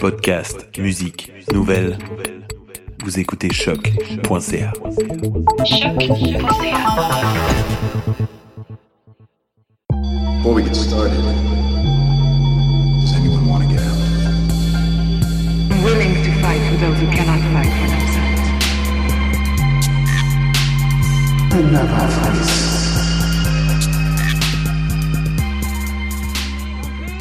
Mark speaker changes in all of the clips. Speaker 1: Podcast, musique, nouvelles. Vous écoutez choc.ca.
Speaker 2: Before we get started, does anyone want to get out?
Speaker 3: willing to fight for those who cannot fight for themselves.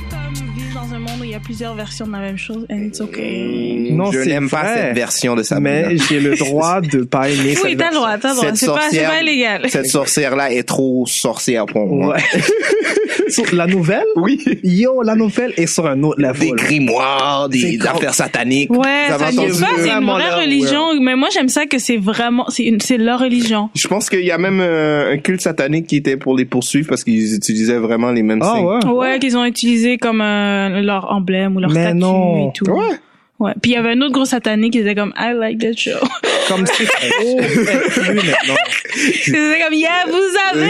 Speaker 4: comme vivre dans un monde où il y a plusieurs versions de la même chose and it's okay.
Speaker 5: Non,
Speaker 6: je
Speaker 5: c'est
Speaker 6: n'aime pas
Speaker 5: vrai.
Speaker 6: cette version de sa
Speaker 5: Mais j'ai le droit de pas aimer cette
Speaker 4: Oui, t'as le
Speaker 5: version.
Speaker 4: droit, t'as le droit.
Speaker 6: Cette
Speaker 4: C'est pas, c'est
Speaker 6: sorcière-
Speaker 4: pas illégal.
Speaker 6: Cette sorcière-là est trop sorcière pour moi.
Speaker 5: Ouais. Sur la nouvelle?
Speaker 6: Oui.
Speaker 5: Yo, la nouvelle est sur un autre
Speaker 6: Des
Speaker 5: level.
Speaker 6: grimoires,
Speaker 5: C'est
Speaker 6: des
Speaker 5: con.
Speaker 6: affaires sataniques.
Speaker 4: Ouais,
Speaker 6: Vous
Speaker 4: ça
Speaker 6: avez
Speaker 4: je
Speaker 6: entendu
Speaker 4: sais pas, c'est une
Speaker 5: vraiment
Speaker 4: vraie
Speaker 5: leur-
Speaker 4: religion, mais moi j'aime ça que c'est vraiment, c'est une- c'est leur religion.
Speaker 6: Je pense qu'il y a même euh, un culte satanique qui était pour les poursuivre parce qu'ils utilisaient vraiment les mêmes
Speaker 5: Ah
Speaker 6: signes.
Speaker 5: ouais.
Speaker 4: Ouais, qu'ils ont utilisé comme euh, leur emblème ou leur
Speaker 5: Mais
Speaker 4: statue
Speaker 5: non.
Speaker 4: et tout.
Speaker 6: Ouais.
Speaker 4: Ouais. Puis il y avait un autre gros satané qui était comme I like that show.
Speaker 5: Comme c'est trop inclus maintenant.
Speaker 4: C'était comme Yeah, vous avez,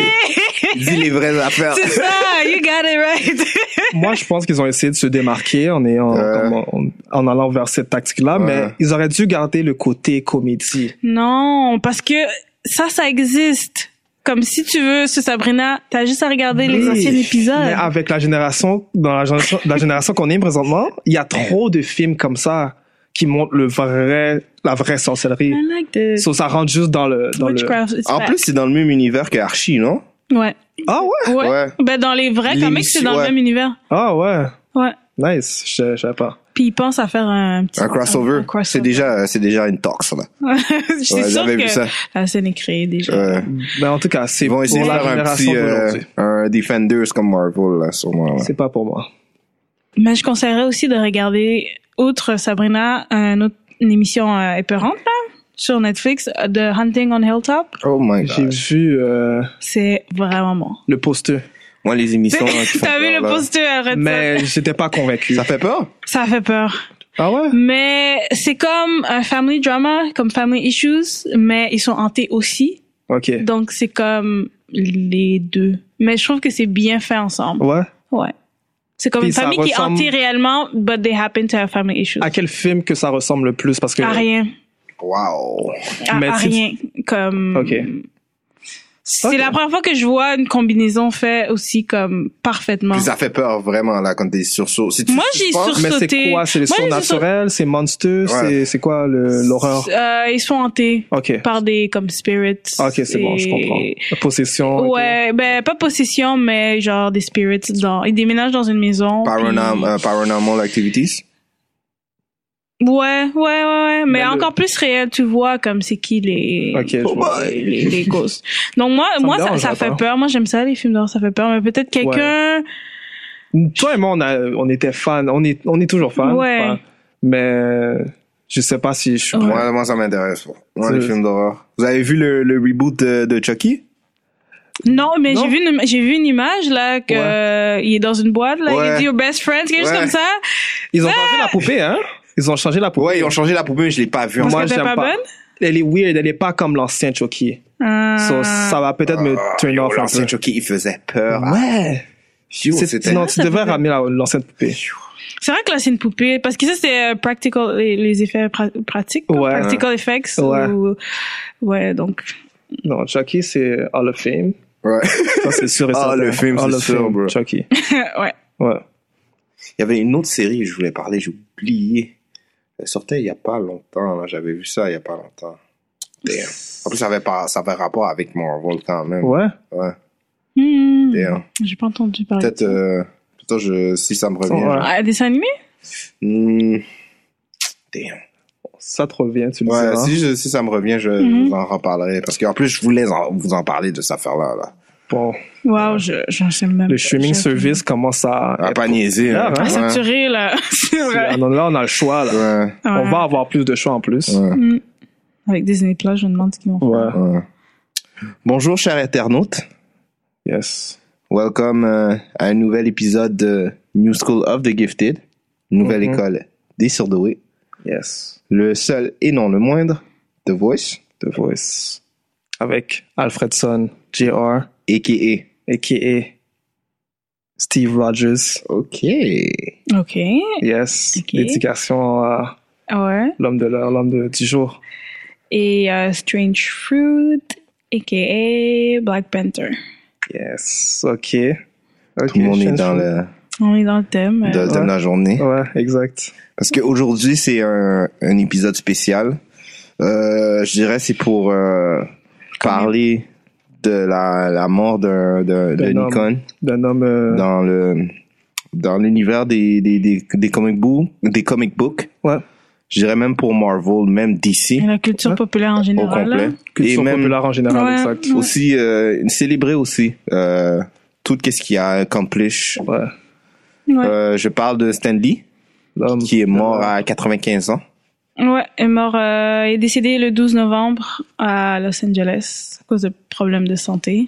Speaker 6: Dis les vraies affaires.
Speaker 4: c'est ça, you got it right.
Speaker 5: Moi, je pense qu'ils ont essayé de se démarquer en, ayant,
Speaker 6: Ouais.
Speaker 5: comme en, en allant vers cette tactique-là,
Speaker 6: Euh. Ouais.
Speaker 5: mais ils auraient dû garder le côté comédie.
Speaker 4: Non, parce que ça, ça existe. Comme si tu veux, ce Sabrina, t'as juste à regarder les
Speaker 5: Oui.
Speaker 4: anciens
Speaker 5: Mais
Speaker 4: épisodes.
Speaker 5: avec la génération, dans la génération, la génération qu'on est présentement, il y a trop de films comme ça qui montrent le vrai, la vraie sorcellerie.
Speaker 4: I like the
Speaker 5: So, ça rentre juste dans le, dans le...
Speaker 4: witchcraft. it's
Speaker 6: En
Speaker 4: back.
Speaker 6: plus, c'est dans le même univers que Archie, non?
Speaker 4: ouais.
Speaker 5: Ah ouais?
Speaker 4: ouais.
Speaker 6: Ouais.
Speaker 4: Ben, dans les vrais
Speaker 6: L'émission,
Speaker 4: comics, c'est dans
Speaker 6: ouais.
Speaker 4: le même univers.
Speaker 5: Ah ouais.
Speaker 4: Ouais.
Speaker 5: Nice. Je, je savais pas.
Speaker 4: Puis ils pensent à faire un petit.
Speaker 6: Un crossover. C'est déjà, c'est déjà une torque, ça, là.
Speaker 4: Je suis
Speaker 6: Ouais,
Speaker 4: sûre
Speaker 6: j'avais vu
Speaker 4: que
Speaker 6: ça.
Speaker 4: la scène est créée déjà.
Speaker 6: Ouais.
Speaker 5: Ben, en tout cas, c'est
Speaker 6: Ils vont
Speaker 5: pour
Speaker 6: essayer de
Speaker 5: la
Speaker 6: faire un
Speaker 5: génération
Speaker 6: petit, euh,
Speaker 5: d'aujourd'hui.
Speaker 6: un Defenders comme Marvel, là, sûrement. là.
Speaker 5: C'est pas pour moi.
Speaker 4: Mais je conseillerais aussi de regarder, outre Sabrina, un autre- une émission euh, épeurante, là, sur Netflix, euh, de Hunting on Hilltop.
Speaker 6: Oh my
Speaker 5: J'ai
Speaker 6: god.
Speaker 5: vu euh,
Speaker 4: C'est vraiment bon.
Speaker 5: le poster,
Speaker 6: Moi, les émissions, là, qui font
Speaker 4: T'as vu
Speaker 6: peur,
Speaker 4: le
Speaker 6: là.
Speaker 4: poster, arrête ça.
Speaker 5: mais j'étais pas convaincu.
Speaker 6: Ça fait peur?
Speaker 4: Ça fait peur.
Speaker 5: Ah ouais?
Speaker 4: Mais c'est comme un family drama, comme Family Issues, mais ils sont hantés aussi.
Speaker 5: Ok.
Speaker 4: Donc c'est comme les deux. Mais je trouve que c'est bien fait ensemble.
Speaker 5: Ouais.
Speaker 4: Ouais. C'est comme
Speaker 5: Puis
Speaker 4: une
Speaker 5: ça
Speaker 4: famille qui est
Speaker 5: ressemble-
Speaker 4: hantée réellement, but they happen to have family issues.
Speaker 5: À quel film que ça ressemble le plus? Parce que.
Speaker 4: À rien.
Speaker 6: Wow.
Speaker 4: À,
Speaker 5: Mais
Speaker 4: à
Speaker 5: si tu-
Speaker 4: rien. Comme.
Speaker 5: Ok.
Speaker 4: C'est
Speaker 5: Ok.
Speaker 4: la première fois que je vois une combinaison faite aussi comme parfaitement.
Speaker 6: Puis ça fait peur vraiment là quand t'es sur saut. Si tu-
Speaker 4: Moi,
Speaker 6: tu
Speaker 4: j'ai
Speaker 6: penses-
Speaker 4: sur-
Speaker 5: Mais c'est
Speaker 4: sauter.
Speaker 5: quoi? C'est les
Speaker 4: Moi, j'ai
Speaker 5: surnaturels? C'est monster? C'est c'est quoi le- l'horreur?
Speaker 4: Euh, ils sont hantés
Speaker 5: Ok.
Speaker 4: par des comme spirits.
Speaker 5: Ok, c'est bon, je
Speaker 4: Et-
Speaker 5: comprends. La possession. et
Speaker 4: Ouais, ben pas possession, mais genre des spirits. Dans... Ils déménagent dans une maison.
Speaker 6: Paranorm-
Speaker 4: puis-
Speaker 6: euh, paranormal activities.
Speaker 4: Ouais, ouais, ouais, ouais. Mais,
Speaker 5: Mais le-
Speaker 4: encore plus réel, tu vois, comme c'est qui les...
Speaker 5: Ok, je vois.
Speaker 4: les, les, les ghosts. Donc moi,
Speaker 5: me
Speaker 4: moi ça,
Speaker 5: dérangerait
Speaker 4: ça fait
Speaker 5: pas. hein.
Speaker 4: peur. Moi, j'aime ça, les films d'horreur, ça fait peur. Mais peut-être quelqu'un...
Speaker 5: tout. Toi et moi, on, a, on était fans. On est, on est toujours fans.
Speaker 4: Ouais.
Speaker 5: enfin, mais je sais pas si je suis prêt.
Speaker 6: Moi, moi, ça m'intéresse. pas. Moi, les
Speaker 5: C'est-
Speaker 6: films d'horreur. Vous avez vu le, le reboot de, de Chucky
Speaker 4: Non, mais
Speaker 5: Non.
Speaker 4: j'ai vu, une- j'ai vu une image, là, que
Speaker 5: Ouais.
Speaker 4: euh, il est dans une boîte, là,
Speaker 6: Ouais.
Speaker 4: il dit « Your best friends », quelque chose
Speaker 6: Ouais.
Speaker 4: comme ça.
Speaker 5: Ils ont changé la poupée, hein? Ils ont changé la poupée.
Speaker 6: Ouais, ils ont changé la poupée, mais je l'ai pas vu.
Speaker 4: Parce
Speaker 5: Moi,
Speaker 4: que t'es
Speaker 5: j'aime
Speaker 4: pas,
Speaker 5: pas.
Speaker 4: bonne.
Speaker 5: Elle est weird, elle est pas comme l'ancien Chucky.
Speaker 4: Ah.
Speaker 5: So, ça va peut-être me turn off un
Speaker 6: Ah, L'ancien
Speaker 5: peu.
Speaker 6: Chucky, il faisait peur. Ah,
Speaker 5: Ouais.
Speaker 6: Yo,
Speaker 5: C'est-
Speaker 6: C'était.
Speaker 5: non, tu
Speaker 4: Ah, Ça
Speaker 5: devrais
Speaker 4: peut-être.
Speaker 5: ramener la- l'ancienne poupée.
Speaker 4: C'est vrai que là, c'est une poupée. Parce que ça, c'est euh, practical, les, les effets pra- pratiques. quoi,
Speaker 5: Ouais.
Speaker 4: Practical effects.
Speaker 5: Ouais.
Speaker 4: ou- ouais, donc.
Speaker 5: Non, Chucky, c'est Hall of Fame.
Speaker 6: Ouais.
Speaker 5: Ça, c'est sûr et certain.
Speaker 6: Hall of Fame,
Speaker 5: Hall
Speaker 6: c'est
Speaker 5: of
Speaker 6: sûr,
Speaker 5: Fame,
Speaker 6: bro.
Speaker 5: Chucky.
Speaker 4: ouais.
Speaker 5: Ouais.
Speaker 6: Il y avait une autre série, je voulais parler, j'ai oublié. Elle sortait il y a pas longtemps, là. J'avais vu ça il y a pas longtemps. Damn. En plus, ça avait, pas, ça avait rapport avec Marvel quand même.
Speaker 5: Ouais.
Speaker 6: Ouais.
Speaker 4: Hmm.
Speaker 6: Damn.
Speaker 4: J'ai pas entendu parler.
Speaker 6: Peut-être, euh, peut-être je, si ça me revient.
Speaker 5: Ouais.
Speaker 4: Ah, dessin animé?
Speaker 6: je- Hmm. Damn.
Speaker 5: Ça te revient, tu le
Speaker 6: Ouais,
Speaker 5: sais.
Speaker 6: si, je- si ça me revient, je
Speaker 4: Mhm.
Speaker 6: vous en reparlerai. Parce qu'en plus, je voulais en- vous en parler de cette affaire-là. Là.
Speaker 5: Bon,
Speaker 4: Waouh, je, j'en sais même
Speaker 5: le
Speaker 4: pas.
Speaker 5: streaming
Speaker 4: J'ai-
Speaker 5: service commence à.
Speaker 6: À pas niaiser.
Speaker 5: Ah,
Speaker 6: hein.
Speaker 5: ouais.
Speaker 4: Ah,
Speaker 6: Ouais.
Speaker 4: saturé, là. c'est vrai.
Speaker 5: Ah, non, là, on a le choix. Là.
Speaker 6: Ouais,
Speaker 5: On
Speaker 4: Ouais.
Speaker 5: va avoir plus de choix en plus.
Speaker 6: ouais,
Speaker 4: Hmm. Avec Disney Plus, je me demande ce qu'ils vont faire.
Speaker 5: Ouais.
Speaker 6: ouais. Bonjour, chers internautes.
Speaker 5: Yes.
Speaker 6: Welcome euh, à un nouvel épisode de New School of the Gifted. Nouvelle
Speaker 5: Mhm.
Speaker 6: école des surdoués.
Speaker 5: Yes.
Speaker 6: Le seul et non le moindre, The Voice,
Speaker 5: The Voice. Avec Alfredson, JR,
Speaker 6: a.k.a.
Speaker 5: a.k.a. Steve Rogers.
Speaker 6: Ok. Est-ce
Speaker 4: Ok.
Speaker 5: Yes.
Speaker 4: Ok.
Speaker 5: L'éducation à
Speaker 4: Ouais.
Speaker 5: l'homme de l'heure, l'homme de- du jour.
Speaker 4: Et euh, Strange Fruit, a.k.a. Black Panther.
Speaker 5: Yes. OK. Ok,
Speaker 6: Tout le monde est
Speaker 5: change
Speaker 6: dans
Speaker 5: food.
Speaker 6: le,
Speaker 4: On est dans le thème. euh,
Speaker 6: dans le thème
Speaker 5: ouais.
Speaker 6: de la journée.
Speaker 5: Ouais, exact.
Speaker 6: Parce qu'aujourd'hui, c'est un, un épisode spécial. Euh, je dirais c'est pour euh, parler de la, la mort d'un d'un-
Speaker 5: D'un
Speaker 6: d'un
Speaker 5: homme.
Speaker 6: icône
Speaker 5: D'un homme... euh,
Speaker 6: dans le dans l'univers des, des, des, des comic books, des comic books.
Speaker 5: Ouais.
Speaker 6: Je dirais même pour Marvel, même DC
Speaker 4: et hein? la culture
Speaker 5: Ouais.
Speaker 4: populaire en
Speaker 6: au
Speaker 4: général.
Speaker 6: complet. Et
Speaker 5: Culture
Speaker 6: même
Speaker 5: populaire en général,
Speaker 4: Ouais.
Speaker 5: exact.
Speaker 4: Ouais.
Speaker 6: aussi euh, célébrer aussi euh, tout ce qu'il a accompli.
Speaker 5: Ouais.
Speaker 4: Ouais.
Speaker 6: Euh, je parle de Stanley
Speaker 5: L'homme.
Speaker 6: qui est mort
Speaker 5: Euh,
Speaker 6: à 95 ans.
Speaker 4: Ouais, est mort, euh, est décédé le 12 novembre à Los Angeles à cause de problèmes de santé.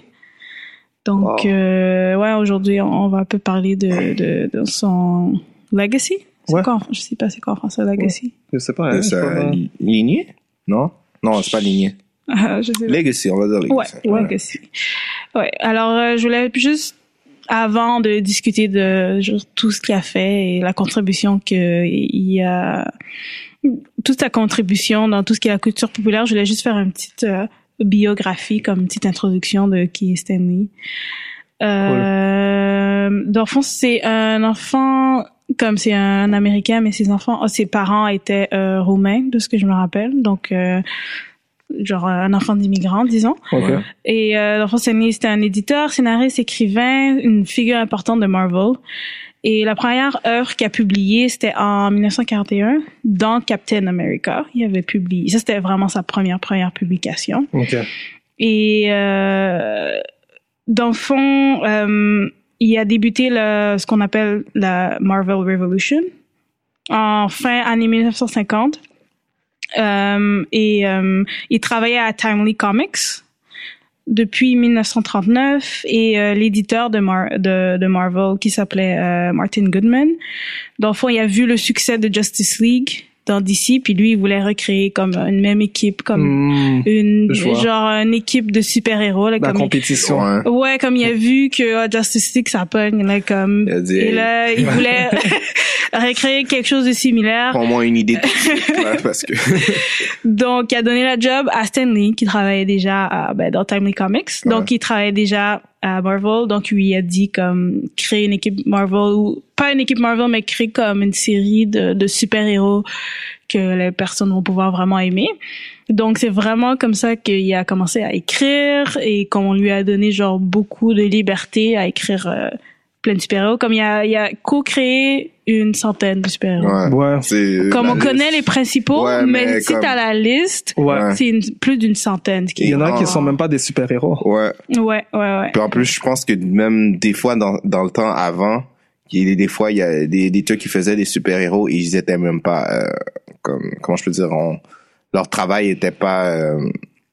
Speaker 4: Donc,
Speaker 5: Wow.
Speaker 4: euh, ouais, aujourd'hui, on on va un peu parler de, de, de son legacy. C'est
Speaker 5: Ouais.
Speaker 4: quoi en fran- je sais pas c'est quoi en français legacy.
Speaker 5: Je sais pas. hein,
Speaker 6: De
Speaker 5: je sais
Speaker 6: sa
Speaker 4: euh,
Speaker 5: pas.
Speaker 6: li- lignée Non Non, c'est pas lignée.
Speaker 4: Ah, je sais pas.
Speaker 6: Legacy, on va dire
Speaker 4: Ouais,
Speaker 6: Legacy.
Speaker 4: ouais, que si. Ouais. Alors, euh, je voulais juste, avant de discuter de genre, tout ce qu'il a fait et la contribution que il a, toute sa contribution dans tout ce qui est la culture populaire, je voulais juste faire une petite euh, biographie comme petite introduction de qui est Stanley. Euh, Dans le fond, c'est un enfant, comme c'est un Américain, mais ses enfants, oh, ses parents étaient euh, roumains, de ce que je me rappelle. Donc, euh, genre un enfant d'immigrant, disons.
Speaker 5: Ok.
Speaker 6: Ouais.
Speaker 4: Et euh, dans le fond, Stanley, c'était un éditeur, scénariste, écrivain, une figure importante de Marvel. Et la première œuvre qu'il a publiée, c'était en 1941 dans Captain America. Il avait publié, ça c'était vraiment sa première première publication.
Speaker 5: Ok.
Speaker 4: Et euh, dans le fond, euh, il a débuté le, ce qu'on appelle la Marvel Revolution en fin année 1950. Euh, et euh, il travaillait à Timely Comics depuis 1939 et euh, l'éditeur de, Mar- de, de Marvel qui s'appelait euh, Martin Goodman. Dans le fond, il a vu le succès de Justice League dans DC, puis lui, il voulait recréer comme une même équipe, comme
Speaker 5: Hmm,
Speaker 4: une
Speaker 5: Je vois.
Speaker 4: genre une équipe de super héros là
Speaker 6: Bah,
Speaker 5: La
Speaker 4: comme
Speaker 5: compétition.
Speaker 6: Ouais.
Speaker 4: il, ouais comme il a vu que ah, Justice League ça pogne là comme
Speaker 6: Il a dit,
Speaker 4: et
Speaker 6: hey,
Speaker 4: là il voulait recréer quelque chose de similaire
Speaker 6: prends-moi une idée tout de suite, là, parce que
Speaker 4: donc il a donné la job à Stanley qui travaillait déjà à- ben, dans Timely Comics donc il travaillait déjà à Marvel donc lui il a dit comme créer une équipe Marvel ou pas une équipe Marvel mais créer comme une série de, de super héros que les personnes vont pouvoir vraiment aimer Donc c'est vraiment comme ça qu'il a commencé à écrire et qu'on lui a donné genre beaucoup de liberté à écrire euh, plein de super-héros. Comme il a, il a co-créé une centaine de super-héros.
Speaker 6: ouais.
Speaker 5: Ouais.
Speaker 6: c'est
Speaker 4: Comme
Speaker 6: la
Speaker 4: on
Speaker 6: liste.
Speaker 4: connaît les principaux,
Speaker 6: Ouais,
Speaker 4: mais,
Speaker 6: mais
Speaker 4: si
Speaker 6: comme-
Speaker 4: t'as la liste,
Speaker 5: Ouais.
Speaker 6: Ouais.
Speaker 4: c'est une- plus d'une centaine.
Speaker 5: Il y en a
Speaker 6: Ah.
Speaker 5: qui sont même pas des super-héros.
Speaker 6: Ouais.
Speaker 4: Ouais, ouais, ouais.
Speaker 6: Puis en plus, je pense que même des fois dans, dans le temps avant, il y a des fois il y a des des trucs qui faisaient des super-héros et ils étaient même pas euh, comme comment je peux dire on leur travail était pas euh,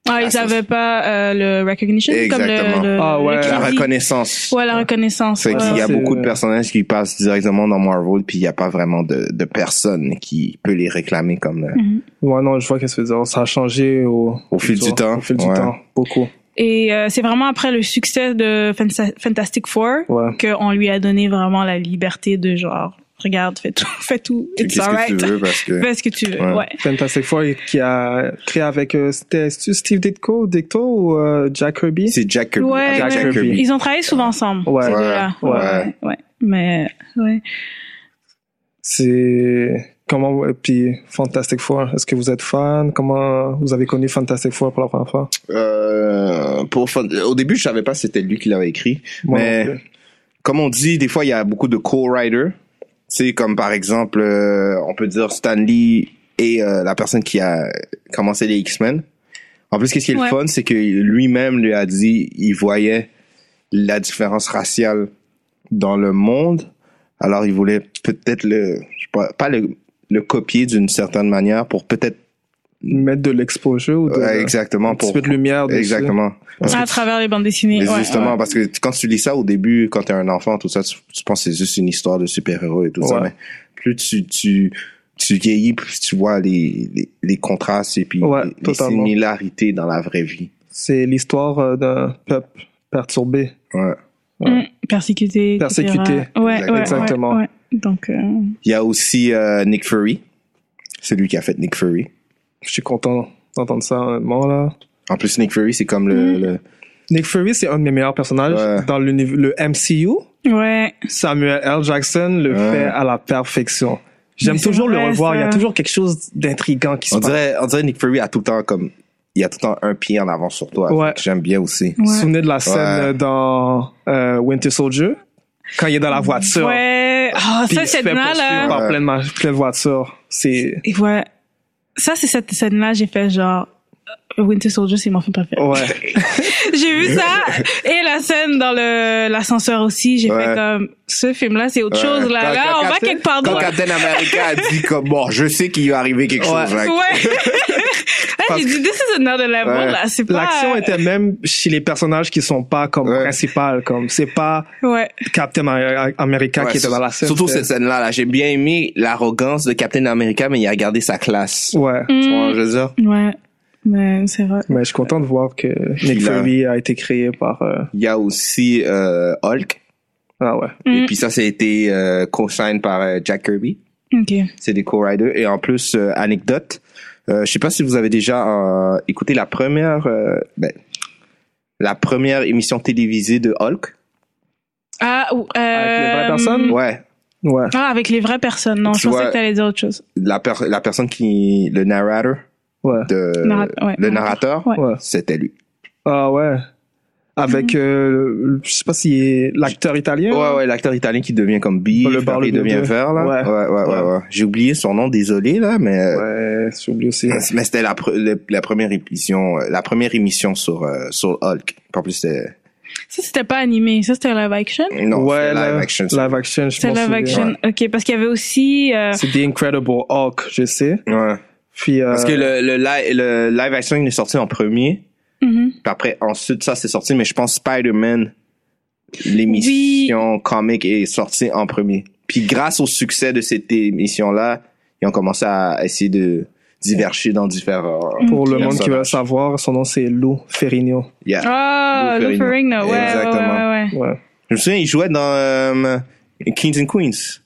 Speaker 4: Ah,
Speaker 6: Ah,
Speaker 4: ils
Speaker 6: ça,
Speaker 4: avaient pas euh, le recognition,
Speaker 6: Exactement.
Speaker 4: comme le, le-
Speaker 5: Ah ouais,
Speaker 4: le
Speaker 5: la
Speaker 6: la
Speaker 4: crédit.
Speaker 6: reconnaissance.
Speaker 4: Ouais, la reconnaissance.
Speaker 6: C'est
Speaker 4: ouais,
Speaker 6: qu'il y a
Speaker 5: c'est-
Speaker 6: beaucoup de personnages qui passent directement dans Marvel, puis il n'y a pas vraiment de, de personne qui peut les réclamer comme euh,
Speaker 4: Mhm.
Speaker 5: Ouais, non, je vois qu'est-ce que tu veux dire. Ça a changé au,
Speaker 6: au fil du temps.
Speaker 5: Au fil du
Speaker 6: Ouais.
Speaker 5: temps. Beaucoup.
Speaker 4: Et euh, c'est vraiment après le succès de Fanta- Fantastic Four
Speaker 5: Ouais.
Speaker 4: qu'on lui a donné vraiment la liberté de genre, regarde, fais tout, fais tout,
Speaker 6: Tu-
Speaker 4: it's
Speaker 6: Qu'est-ce que
Speaker 4: alright,
Speaker 6: tu veux parce que
Speaker 4: fais ce que tu veux. Ouais.
Speaker 6: Ouais.
Speaker 5: Fantastic Four qui a créé avec euh, c'était c'est-tu Steve Ditko, Ditko ou euh, Jack Kirby.
Speaker 6: c'est Jack Kirby.
Speaker 4: Ouais,
Speaker 6: avec
Speaker 5: ouais.
Speaker 6: Jack Kirby.
Speaker 4: Ils ont travaillé souvent ensemble.
Speaker 5: Ouais.
Speaker 4: ces
Speaker 6: Ouais,
Speaker 4: deux-là.
Speaker 6: ouais.
Speaker 4: ouais, ouais. Mais ouais.
Speaker 5: C'est comment et puis Fantastic Four. Est-ce que vous êtes fan Comment vous avez connu Fantastic Four pour la première fois
Speaker 6: Euh, pour fun- au début, je savais pas si c'était lui qui l'avait écrit,
Speaker 5: Moi euh, non
Speaker 6: mais
Speaker 5: plus.
Speaker 6: comme on dit, des fois il y a beaucoup de co-writers. C'est comme par exemple, euh, on peut dire Stanley et euh, la personne qui a commencé les X-Men. En plus, qu'est-ce qui est
Speaker 4: Ouais.
Speaker 6: le fun, c'est que lui-même lui a dit, il voyait la différence raciale dans le monde. Alors, il voulait peut-être le, je sais pas, pas le, le copier d'une certaine manière pour peut-être
Speaker 5: mettre de l'exposure ou de
Speaker 6: Ouais, exactement
Speaker 5: un petit
Speaker 6: pour
Speaker 5: peu de lumière dessus.
Speaker 6: exactement. Parce que
Speaker 4: À
Speaker 6: tu-
Speaker 4: travers les bandes dessinées.
Speaker 6: mais
Speaker 4: ouais,
Speaker 6: justement,
Speaker 4: ouais.
Speaker 6: parce que quand tu lis ça au début, quand t'es un enfant, tout ça, tu, tu penses que c'est juste une histoire de super-héros et tout ça,
Speaker 5: Ouais.
Speaker 6: mais plus tu, tu, tu vieillis, plus tu vois les, les, les contrastes et puis
Speaker 5: Ouais,
Speaker 6: les, les
Speaker 5: totalement.
Speaker 6: similarités dans la vraie vie.
Speaker 5: C'est l'histoire euh, d'un peuple perturbé
Speaker 6: Ouais.
Speaker 4: Mm, persécuté. etc.
Speaker 5: Persécuté.
Speaker 4: Ouais, ouais, ouais,
Speaker 5: Exactement.
Speaker 4: ouais. Donc, euh,
Speaker 6: Il y a aussi euh, Nick Fury. C'est lui qui a fait Nick Fury.
Speaker 5: Je suis content d'entendre ça, honnêtement, là.
Speaker 6: En plus, Nick Fury, c'est comme
Speaker 5: Mm-hmm.
Speaker 6: le, le-
Speaker 5: Nick Fury, c'est un de mes meilleurs personnages
Speaker 6: Ouais.
Speaker 5: dans l'univ- le MCU.
Speaker 4: ouais.
Speaker 5: Samuel L. Jackson le
Speaker 6: Ouais.
Speaker 5: fait à la perfection. J'aime
Speaker 4: Mais c'est
Speaker 5: toujours le
Speaker 4: vrai,
Speaker 5: revoir. Il y a
Speaker 4: ça.
Speaker 5: toujours quelque chose d'intrigant qui se
Speaker 6: On
Speaker 5: passe.
Speaker 6: dirait, on dirait Nick Fury a tout le temps comme. Il y a tout le temps un pied en avant sur toi.
Speaker 5: Ouais.
Speaker 6: Fait que J'aime bien aussi.
Speaker 5: Vous vous
Speaker 4: Ouais.
Speaker 5: souvenez de la scène
Speaker 6: Ouais.
Speaker 5: euh, dans euh, Winter Soldier quand il est dans la voiture.
Speaker 4: Ouais. Ah,
Speaker 5: puis
Speaker 4: ça,
Speaker 5: il se
Speaker 4: cette
Speaker 5: fait
Speaker 4: là
Speaker 5: poursuivre
Speaker 4: là.
Speaker 5: Par plein de, ma- plein de voitures. C'est
Speaker 4: Et ouais. Ça, c'est cette scène-là, j'ai fait genre. euh, Winter Soldier, c'est mon film préféré.
Speaker 5: ouais.
Speaker 4: J'ai vu ça et la scène dans le l'ascenseur aussi. J'ai
Speaker 6: Ouais.
Speaker 4: fait comme ce film-là, c'est autre chose là.
Speaker 6: Euh, Quand-
Speaker 4: là,
Speaker 6: quand
Speaker 4: on va
Speaker 6: Captain-
Speaker 4: quelque part
Speaker 6: Quand
Speaker 4: d'autre.
Speaker 6: Captain America a dit comme bon, je sais qu'il va arriver quelque
Speaker 5: Ouais.
Speaker 6: chose. là.
Speaker 4: Ouais. Ah, j'ai dit this is another level
Speaker 6: Ouais.
Speaker 4: là. C'est pas.
Speaker 5: L'action était même chez les personnages qui sont pas comme
Speaker 6: Ouais.
Speaker 5: principales. Comme c'est pas
Speaker 4: Ouais.
Speaker 5: Captain Ameri- America
Speaker 6: Ouais,
Speaker 5: qui était dans la scène.
Speaker 6: Surtout
Speaker 5: c'est-
Speaker 6: cette scène-là. Là. J'ai bien aimé l'arrogance de Captain America, mais il a gardé sa classe.
Speaker 5: Ouais.
Speaker 4: Mm.
Speaker 6: Tu vois, je veux dire,
Speaker 4: Ouais. Mais c'est vrai.
Speaker 5: Mais je suis content de voir que Nick
Speaker 6: Il a-
Speaker 5: Fury a été créé par. euh,
Speaker 6: il y a aussi euh, Hulk.
Speaker 5: Ah ouais.
Speaker 4: Mm.
Speaker 6: Et puis ça, ça a été euh, co-signed par euh, Jack Kirby.
Speaker 4: Ok.
Speaker 6: C'est des co-riders. Et en plus, euh, anecdote, euh, je sais pas si vous avez déjà euh, écouté la première, euh, ben, la première émission télévisée de Hulk.
Speaker 4: Ah. ou- Euh,
Speaker 5: Avec les vraies personnes?
Speaker 6: Ouais.
Speaker 5: Ouais.
Speaker 4: Ah, avec les vraies personnes. Non,
Speaker 6: Tu
Speaker 4: je pensais
Speaker 6: vois-
Speaker 4: que t'allais dire autre chose.
Speaker 6: La, per- la personne qui, le narrateur,
Speaker 5: Ouais.
Speaker 6: de,
Speaker 4: Narra- ouais,
Speaker 6: le
Speaker 4: narrateur.
Speaker 6: narrateur,
Speaker 4: Ouais.
Speaker 5: Ouais.
Speaker 6: c'était lui.
Speaker 5: Ah ouais.
Speaker 4: Mhm.
Speaker 5: Avec, euh, je sais pas si est l'acteur italien.
Speaker 6: Ouais, ouais, l'acteur italien qui devient comme bi,
Speaker 5: Le
Speaker 6: il
Speaker 5: Barlow
Speaker 6: devient
Speaker 5: de-
Speaker 6: vert, là.
Speaker 5: Ouais.
Speaker 6: ouais, ouais. ouais, ouais. J'ai oublié son nom, désolé, là, mais,
Speaker 5: Ouais, j'ai oublié aussi.
Speaker 6: mais c'était la, pre- le- la première émission, euh, la première émission sur, euh, sur Hulk. En plus, c'était,
Speaker 4: Ça, c'était pas animé. Ça, c'était live action.
Speaker 6: non,
Speaker 5: ouais,
Speaker 6: c'était live
Speaker 5: la-
Speaker 6: action. ça.
Speaker 5: Live action, je
Speaker 4: C'est
Speaker 5: m'en
Speaker 4: live
Speaker 5: souviens.
Speaker 4: action. Ok, parce qu'il y avait aussi. euh,
Speaker 5: C'est The Incredible Hulk, je sais.
Speaker 6: Ouais.
Speaker 5: Puis, euh,
Speaker 6: Parce que le, le, li- le live action, il est sorti en premier.
Speaker 4: mhm.
Speaker 6: Puis après, ensuite, ça, c'est sorti, mais je pense Spider-Man, l'émission comic est sortie en premier. Puis grâce au succès de cette émission-là, ils ont commencé à essayer de diverger dans différents...
Speaker 5: pour le
Speaker 6: Bien
Speaker 5: monde
Speaker 6: sûr.
Speaker 5: qui veut le savoir, son nom c'est Lou Ferrigno.
Speaker 6: Yeah.
Speaker 4: Ah,
Speaker 6: Lou
Speaker 4: Lou
Speaker 6: Ferrigno.
Speaker 4: Ferrigno. Ouais, ouais, ouais,
Speaker 6: Exactement.
Speaker 4: ouais, ouais.
Speaker 5: Ouais.
Speaker 6: Je me souviens, il jouait dans euh, Kings and Queens.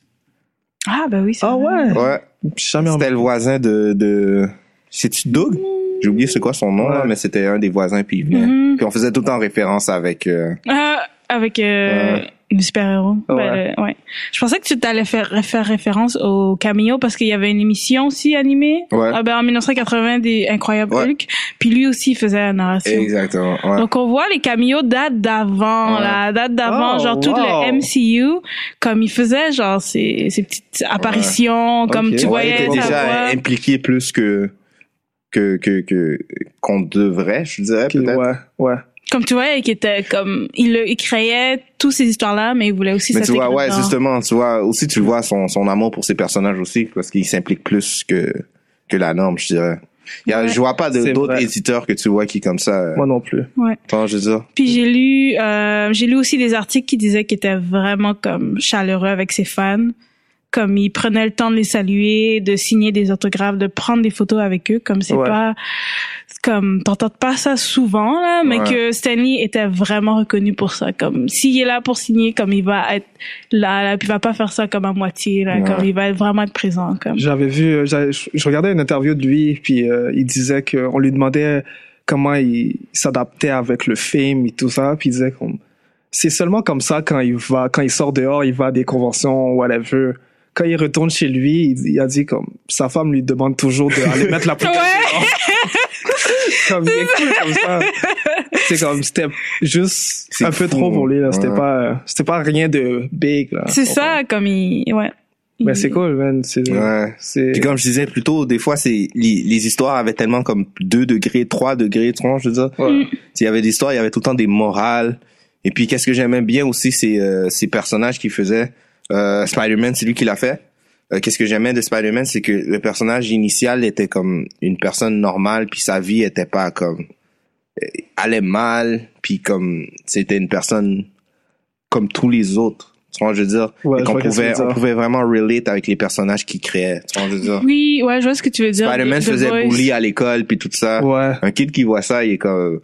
Speaker 4: Ah, bah oui, c'est
Speaker 5: Ah
Speaker 4: vrai.
Speaker 5: ouais.
Speaker 6: Ouais.
Speaker 5: Jamais en
Speaker 6: C'était le voisin de... de... C'est-tu Doug? J'ai oublié c'est quoi son nom,
Speaker 5: Ouais.
Speaker 6: là, mais c'était un des voisins, puis il venait.
Speaker 4: Mhm.
Speaker 6: Puis on faisait tout le temps référence avec... euh,
Speaker 4: Ah, avec euh, le super-héros.
Speaker 5: Ouais.
Speaker 4: Ben, le- ouais. Je pensais que tu t'allais faire, faire référence au cameo parce qu'il y avait une émission aussi animée.
Speaker 6: Ouais.
Speaker 4: Ah, ben, en 1980, des Incroyables
Speaker 6: Ouais.
Speaker 4: Hulk. Puis lui aussi, il faisait la narration.
Speaker 6: Exactement, ouais.
Speaker 4: Donc on voit les cameos date d'avant,
Speaker 6: Ouais.
Speaker 4: là, date d'avant,
Speaker 5: Oh,
Speaker 4: genre tout
Speaker 5: wow.
Speaker 4: le MCU, comme il faisait genre ces, ces petites apparitions, comme
Speaker 5: Ok.
Speaker 4: tu
Speaker 5: Ouais,
Speaker 6: Ouais, il
Speaker 4: voyais
Speaker 6: était
Speaker 4: sa
Speaker 6: déjà
Speaker 4: voix.
Speaker 6: impliqué plus que que que que qu'on devrait, je dirais
Speaker 5: Puis,
Speaker 6: peut-être.
Speaker 5: ouais, ouais.
Speaker 4: comme tu voyais qu'il était comme il, le- il créait toutes ces histoires là, mais il voulait aussi
Speaker 6: Mais
Speaker 4: cette
Speaker 6: tu vois, ouais,
Speaker 4: écriture.
Speaker 6: justement, tu vois, aussi tu le vois son son amour pour ses personnages aussi parce qu'il s'implique plus que que la norme, je dirais. Il y a,
Speaker 4: Ouais.
Speaker 6: je vois pas de-
Speaker 5: C'est
Speaker 6: d'autres
Speaker 5: vrai.
Speaker 6: éditeurs que tu vois qui comme ça. euh,
Speaker 5: Moi non plus.
Speaker 6: attends, je veux dire.
Speaker 4: Puis j'ai lu, euh, j'ai lu aussi des articles qui disaient qu'il était vraiment comme chaleureux avec ses fans, comme il prenait le temps de les saluer, de signer des autographes, de prendre des photos avec eux, comme c'est
Speaker 5: Ouais.
Speaker 4: pas, c'est comme t'entends pas ça souvent là, mais
Speaker 6: Ouais.
Speaker 4: que Stanley était vraiment reconnu pour ça, comme s'il est là pour signer, comme il va être là, là puis il va pas faire ça comme à moitié, là,
Speaker 6: Ouais.
Speaker 4: comme il va être vraiment être présent, comme.
Speaker 5: J'avais vu, euh, j'avais- je je regardais une interview de lui, puis euh, il disait qu'on lui demandait comment il s'adaptait avec le film et tout ça, puis il disait qu'on c'est seulement comme ça quand il va, quand il sort dehors, il va à des conventions, whatever. Quand il retourne chez lui, il, il a dit comme sa femme lui demande toujours d'aller mettre la poubelle. dehors. comme il est cool comme ça. C'est comme c'était juste
Speaker 6: C'est
Speaker 5: un peu
Speaker 6: fou.
Speaker 5: trop pour lui là. C'était
Speaker 6: Ouais.
Speaker 5: pas, euh, c'était pas rien de big là.
Speaker 4: C'est ça, comme il, ouais.
Speaker 5: Mais
Speaker 4: Il-
Speaker 5: c'est cool, man. C'est,
Speaker 6: Ouais.
Speaker 5: c'est.
Speaker 6: Puis comme je disais plus tôt, des fois c'est les, les histoires avaient tellement comme 2 degrés, 3 degrés, tu vois, je veux dire.
Speaker 5: Ouais.
Speaker 6: Il y avait des histoires, il y avait tout le temps des morales. Et puis, qu'est-ce que j'aimais bien aussi, c'est euh, ces personnages qui faisaient. Euh, Spider-Man, c'est lui qui l'a fait. Euh, qu'est-ce que j'aimais de Spider-Man, c'est que le personnage initial était comme une personne normale, puis sa vie était pas comme euh, allait mal, puis comme c'était une personne comme tous les autres. Tu vois, je veux dire,
Speaker 5: Ouais,
Speaker 6: et
Speaker 5: je
Speaker 6: qu'on
Speaker 5: vois qu'est-ce que tu
Speaker 6: pouvait,
Speaker 5: veux
Speaker 6: on
Speaker 5: dire.
Speaker 6: pouvait vraiment relate avec les personnages qu'il créait. Tu vois, je veux dire,
Speaker 4: Oui, ouais, je vois ce que tu veux dire.
Speaker 6: Spider-Man
Speaker 4: Mm. The
Speaker 6: se faisait
Speaker 4: Voice.
Speaker 6: bully à l'école, puis tout ça
Speaker 5: Ouais.
Speaker 6: un kid qui voit ça, il est comme,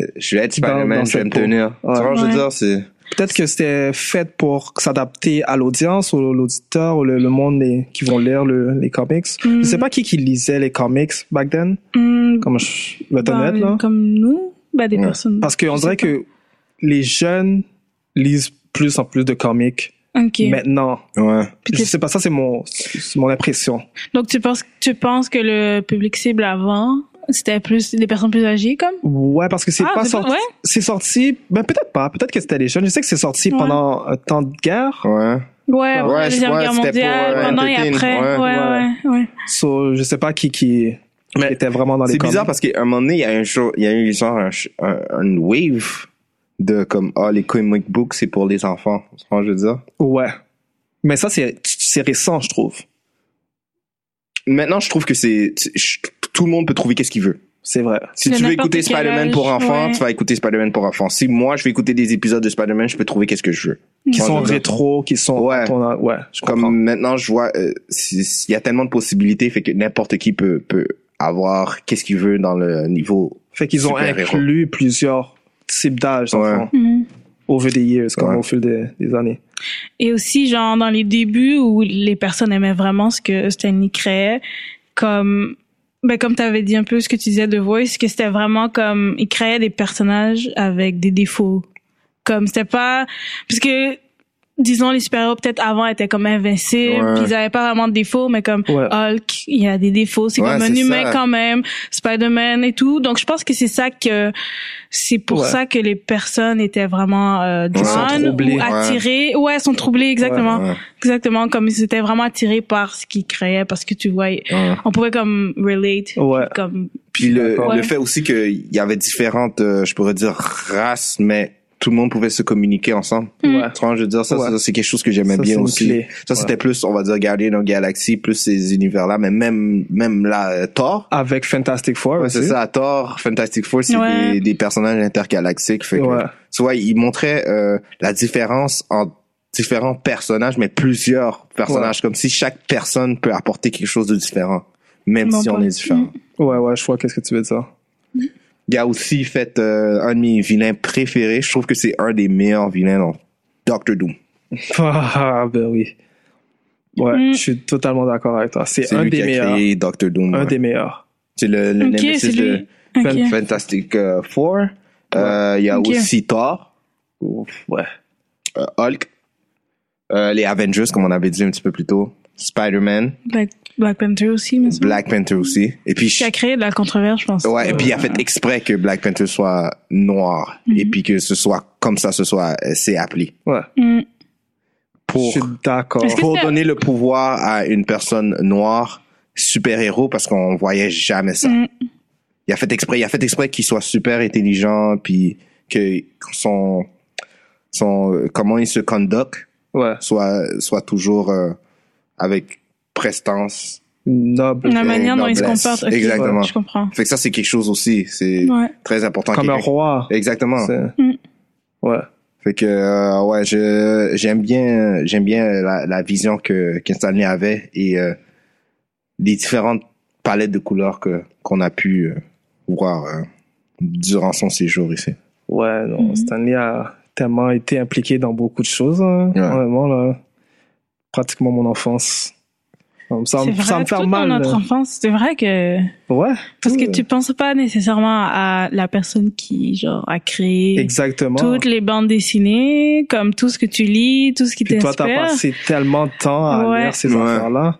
Speaker 6: euh, je vais être
Speaker 5: Dans- dans
Speaker 6: Spider-Man, je vais
Speaker 5: cette
Speaker 6: me
Speaker 5: peau.
Speaker 6: tenir. Tu
Speaker 5: Ouais.
Speaker 6: vois, je veux
Speaker 4: Ouais.
Speaker 6: dire, c'est,
Speaker 5: Peut-être que c'était fait pour s'adapter à l'audience ou l'auditeur ou le, le monde des- qui vont lire le- les comics. Je
Speaker 4: Mhm.
Speaker 5: sais pas qui qui lisait les comics back then,
Speaker 4: Hmm,
Speaker 5: comme je vais être
Speaker 4: ben,
Speaker 5: honnête, là.
Speaker 4: Comme nous, ben, des
Speaker 6: Ouais.
Speaker 4: personnes.
Speaker 5: Parce qu'on
Speaker 4: je
Speaker 5: dirait
Speaker 4: sais
Speaker 5: que les jeunes lisent plus en plus de comics
Speaker 4: Ok.
Speaker 5: maintenant.
Speaker 6: Ouais.
Speaker 4: Puis
Speaker 5: Je
Speaker 4: t'es-
Speaker 5: sais pas, ça c'est mon, c'est mon impression.
Speaker 4: Donc tu penses, tu penses que le public cible avant, c'était plus des personnes plus âgées comme
Speaker 5: Ouais, parce que c'est
Speaker 4: Ah,
Speaker 5: pas
Speaker 4: c'est pas-
Speaker 5: sorti.
Speaker 4: ouais.
Speaker 5: C'est sorti, ben peut-être pas, peut-être que c'était les jeunes. Je sais que c'est sorti
Speaker 4: Ouais.
Speaker 5: pendant un temps de guerre.
Speaker 6: Ouais.
Speaker 4: Ouais,
Speaker 5: Ah,
Speaker 4: après
Speaker 6: ouais,
Speaker 4: la Deuxième
Speaker 6: ouais,
Speaker 4: Guerre
Speaker 6: c'était
Speaker 4: mondiale,
Speaker 6: pour, euh,
Speaker 4: pendant et
Speaker 6: entertain,
Speaker 4: après.
Speaker 6: ouais,
Speaker 4: Ouais, ouais, ouais.
Speaker 5: So, je sais pas qui qui, qui
Speaker 6: Mais
Speaker 5: était vraiment dans les
Speaker 6: C'est bizarre
Speaker 5: comics.
Speaker 6: parce qu'à un moment donné, il y a un show- il y a eu genre un, ch- un- une wave de comme ah les comic books c'est pour les enfants, tu comprends ce que je veux dire.
Speaker 5: Ouais. Mais ça c'est c'est récent, je trouve.
Speaker 6: Maintenant, je trouve que c'est je- tout le monde peut trouver qu'est-ce qu'il veut.
Speaker 5: C'est vrai.
Speaker 6: Si
Speaker 4: De
Speaker 6: tu veux
Speaker 4: n'importe
Speaker 6: écouter
Speaker 4: quel
Speaker 6: Spider-Man pour
Speaker 4: âge,
Speaker 6: enfants,
Speaker 4: ouais.
Speaker 6: tu vas écouter Spider-Man pour enfants. Si moi je vais écouter des épisodes de Spider-Man, je peux trouver qu'est-ce que je veux.
Speaker 5: Qui
Speaker 6: Ouais,
Speaker 5: sont
Speaker 6: je-
Speaker 5: rétro, qui sont
Speaker 6: Ouais.
Speaker 5: on a- ouais, je
Speaker 6: Comme
Speaker 5: comprends.
Speaker 6: maintenant, je vois euh, si- s'il y a tellement de possibilités, fait que n'importe qui peut peut avoir qu'est-ce qu'il veut dans le niveau.
Speaker 5: Fait qu'ils ont
Speaker 6: Super-héros.
Speaker 5: inclus plusieurs types d'âge
Speaker 6: Ouais.
Speaker 5: au
Speaker 4: Mhm.
Speaker 5: over the years, comme
Speaker 6: Ouais.
Speaker 5: au fil des, des années.
Speaker 4: Et aussi, genre, dans les débuts où les personnes aimaient vraiment ce que Stanley créait, comme, ben, comme t'avais dit un peu ce que tu disais de Voice, que c'était vraiment comme, il créait des personnages avec des défauts. Comme, c'était pas, parce que, disons, les super-héros, peut-être avant, étaient comme invincibles,
Speaker 6: Ouais.
Speaker 4: puis ils avaient pas vraiment de défauts, mais comme,
Speaker 5: Ouais.
Speaker 4: Hulk, il a des défauts, c'est
Speaker 6: Ouais,
Speaker 4: comme un
Speaker 6: c'est
Speaker 4: humain
Speaker 6: ça.
Speaker 4: quand même, Spider-Man et tout. Donc je pense que c'est ça que c'est pour
Speaker 5: Ouais.
Speaker 4: ça que les personnes étaient vraiment euh,
Speaker 6: Ouais, sont
Speaker 4: drawn
Speaker 5: troublées.
Speaker 4: ou attirées. Ouais. elles sont troublées exactement,
Speaker 6: Ouais,
Speaker 4: exactement comme ils étaient vraiment attirés par ce qu'ils créaient parce que tu vois,
Speaker 6: ouais.
Speaker 4: on pouvait comme relate,
Speaker 5: Ouais.
Speaker 4: comme
Speaker 6: Puis le,
Speaker 5: Ah. D'accord.
Speaker 6: le
Speaker 4: Ouais.
Speaker 6: fait aussi qu'il y avait différentes, euh, je pourrais dire, races, mais tout le monde pouvait se communiquer ensemble.
Speaker 4: Mm.
Speaker 6: Tu vois, je veux dire, ça,
Speaker 5: Ouais.
Speaker 6: ça, c'est quelque chose que j'aimais
Speaker 5: Ça, c'est
Speaker 6: bien
Speaker 5: une
Speaker 6: aussi.
Speaker 5: clé.
Speaker 6: Ça,
Speaker 5: Ouais.
Speaker 6: c'était plus, on va dire, Guardian of Galaxy, plus ces univers-là, mais même, même là, euh, Thor.
Speaker 5: Avec Fantastic Four
Speaker 6: Ouais,
Speaker 5: aussi.
Speaker 6: c'est ça, Thor, Fantastic Four, c'est
Speaker 4: Ouais.
Speaker 6: des, des personnages intergalactiques. Fait que,
Speaker 5: Ouais.
Speaker 6: Tu vois, ils montraient euh, la différence entre différents personnages, mais plusieurs personnages, comme si chaque personne peut apporter quelque chose de différent, même
Speaker 4: Bon
Speaker 6: si on
Speaker 4: point.
Speaker 6: est différent.
Speaker 5: Ouais, ouais, je vois qu'est-ce que tu veux dire.
Speaker 6: Il a aussi fait euh, un de mes vilains préférés. Je trouve que c'est un des meilleurs vilains dans Doctor Doom.
Speaker 5: Ah, ben oui. Ouais,
Speaker 4: Mm.
Speaker 5: je suis totalement d'accord avec toi. C'est
Speaker 6: C'est
Speaker 5: un
Speaker 6: lui qui
Speaker 5: des
Speaker 6: a
Speaker 5: meilleurs.
Speaker 6: créé Doctor Doom.
Speaker 5: Un
Speaker 6: ouais.
Speaker 5: des meilleurs.
Speaker 6: C'est le, le
Speaker 4: ok, c'est
Speaker 6: Nemesis de
Speaker 4: lui. Ok.
Speaker 6: Fan- Fantastic euh, Four. Euh, il y a
Speaker 4: Ok.
Speaker 6: aussi Thor,
Speaker 5: Ouf, ouais.
Speaker 6: euh, Hulk, euh, les Avengers, comme on avait dit un petit peu plus tôt, Spider-Man,
Speaker 4: Black, Black Panther aussi, mais ça.
Speaker 6: Black Panther aussi. Et puis,
Speaker 4: Mhm. qui a créé de la controverse, je pense.
Speaker 6: ouais, et puis il a fait exprès que Black Panther soit noir
Speaker 4: Mm-hmm.
Speaker 6: et puis que ce soit comme ça, ce soit euh, c'est appelé
Speaker 5: Ouais.
Speaker 4: Mm.
Speaker 5: Je
Speaker 6: pour
Speaker 5: suis d'accord.
Speaker 4: Est-ce que
Speaker 6: pour
Speaker 4: c'est-
Speaker 6: donner le pouvoir à une personne noire super héros parce qu'on voyait jamais ça.
Speaker 4: Mm.
Speaker 6: Il a fait exprès, il a fait exprès qu'il soit super intelligent puis que son son euh, comment il se conduct
Speaker 5: Ouais.
Speaker 6: soit soit toujours euh, avec prestance.
Speaker 5: Noble.
Speaker 4: La
Speaker 6: Et
Speaker 4: manière dont il se
Speaker 6: noblesse.
Speaker 4: comporte. ok,
Speaker 6: Exactement.
Speaker 4: Je comprends.
Speaker 6: Fait que ça c'est quelque chose aussi, c'est
Speaker 4: Ouais.
Speaker 6: très important.
Speaker 5: Comme un
Speaker 6: Quelqu'un-
Speaker 5: roi.
Speaker 6: Exactement.
Speaker 5: C'est-
Speaker 4: Mm.
Speaker 5: Ouais.
Speaker 6: Fait que euh, ouais, je j'aime bien j'aime bien la, la vision que que Stanley avait et euh, les différentes palettes de couleurs que qu'on a pu euh, voir euh, durant son séjour ici.
Speaker 5: Ouais, non.
Speaker 4: Mhm.
Speaker 5: Stanley a tellement été impliqué dans beaucoup de choses. hein.
Speaker 6: Ouais.
Speaker 5: Vraiment, là. Pratiquement mon enfance. Ça me, ça
Speaker 4: C'est
Speaker 5: me-
Speaker 4: vrai,
Speaker 5: ça me fait
Speaker 4: toute
Speaker 5: mal.
Speaker 4: notre
Speaker 5: là.
Speaker 4: enfance, c'est vrai que
Speaker 5: Ouais.
Speaker 4: Parce que
Speaker 5: tout,
Speaker 4: tu penses pas nécessairement à la personne qui genre a créé
Speaker 5: Exactement.
Speaker 4: toutes les bandes dessinées, comme tout ce que tu lis, tout ce qui
Speaker 5: Puis toi, t'as
Speaker 4: t'inspire.
Speaker 5: passé tellement de temps à
Speaker 4: Ouais.
Speaker 5: lire ces
Speaker 6: Ouais.
Speaker 5: affaires-là.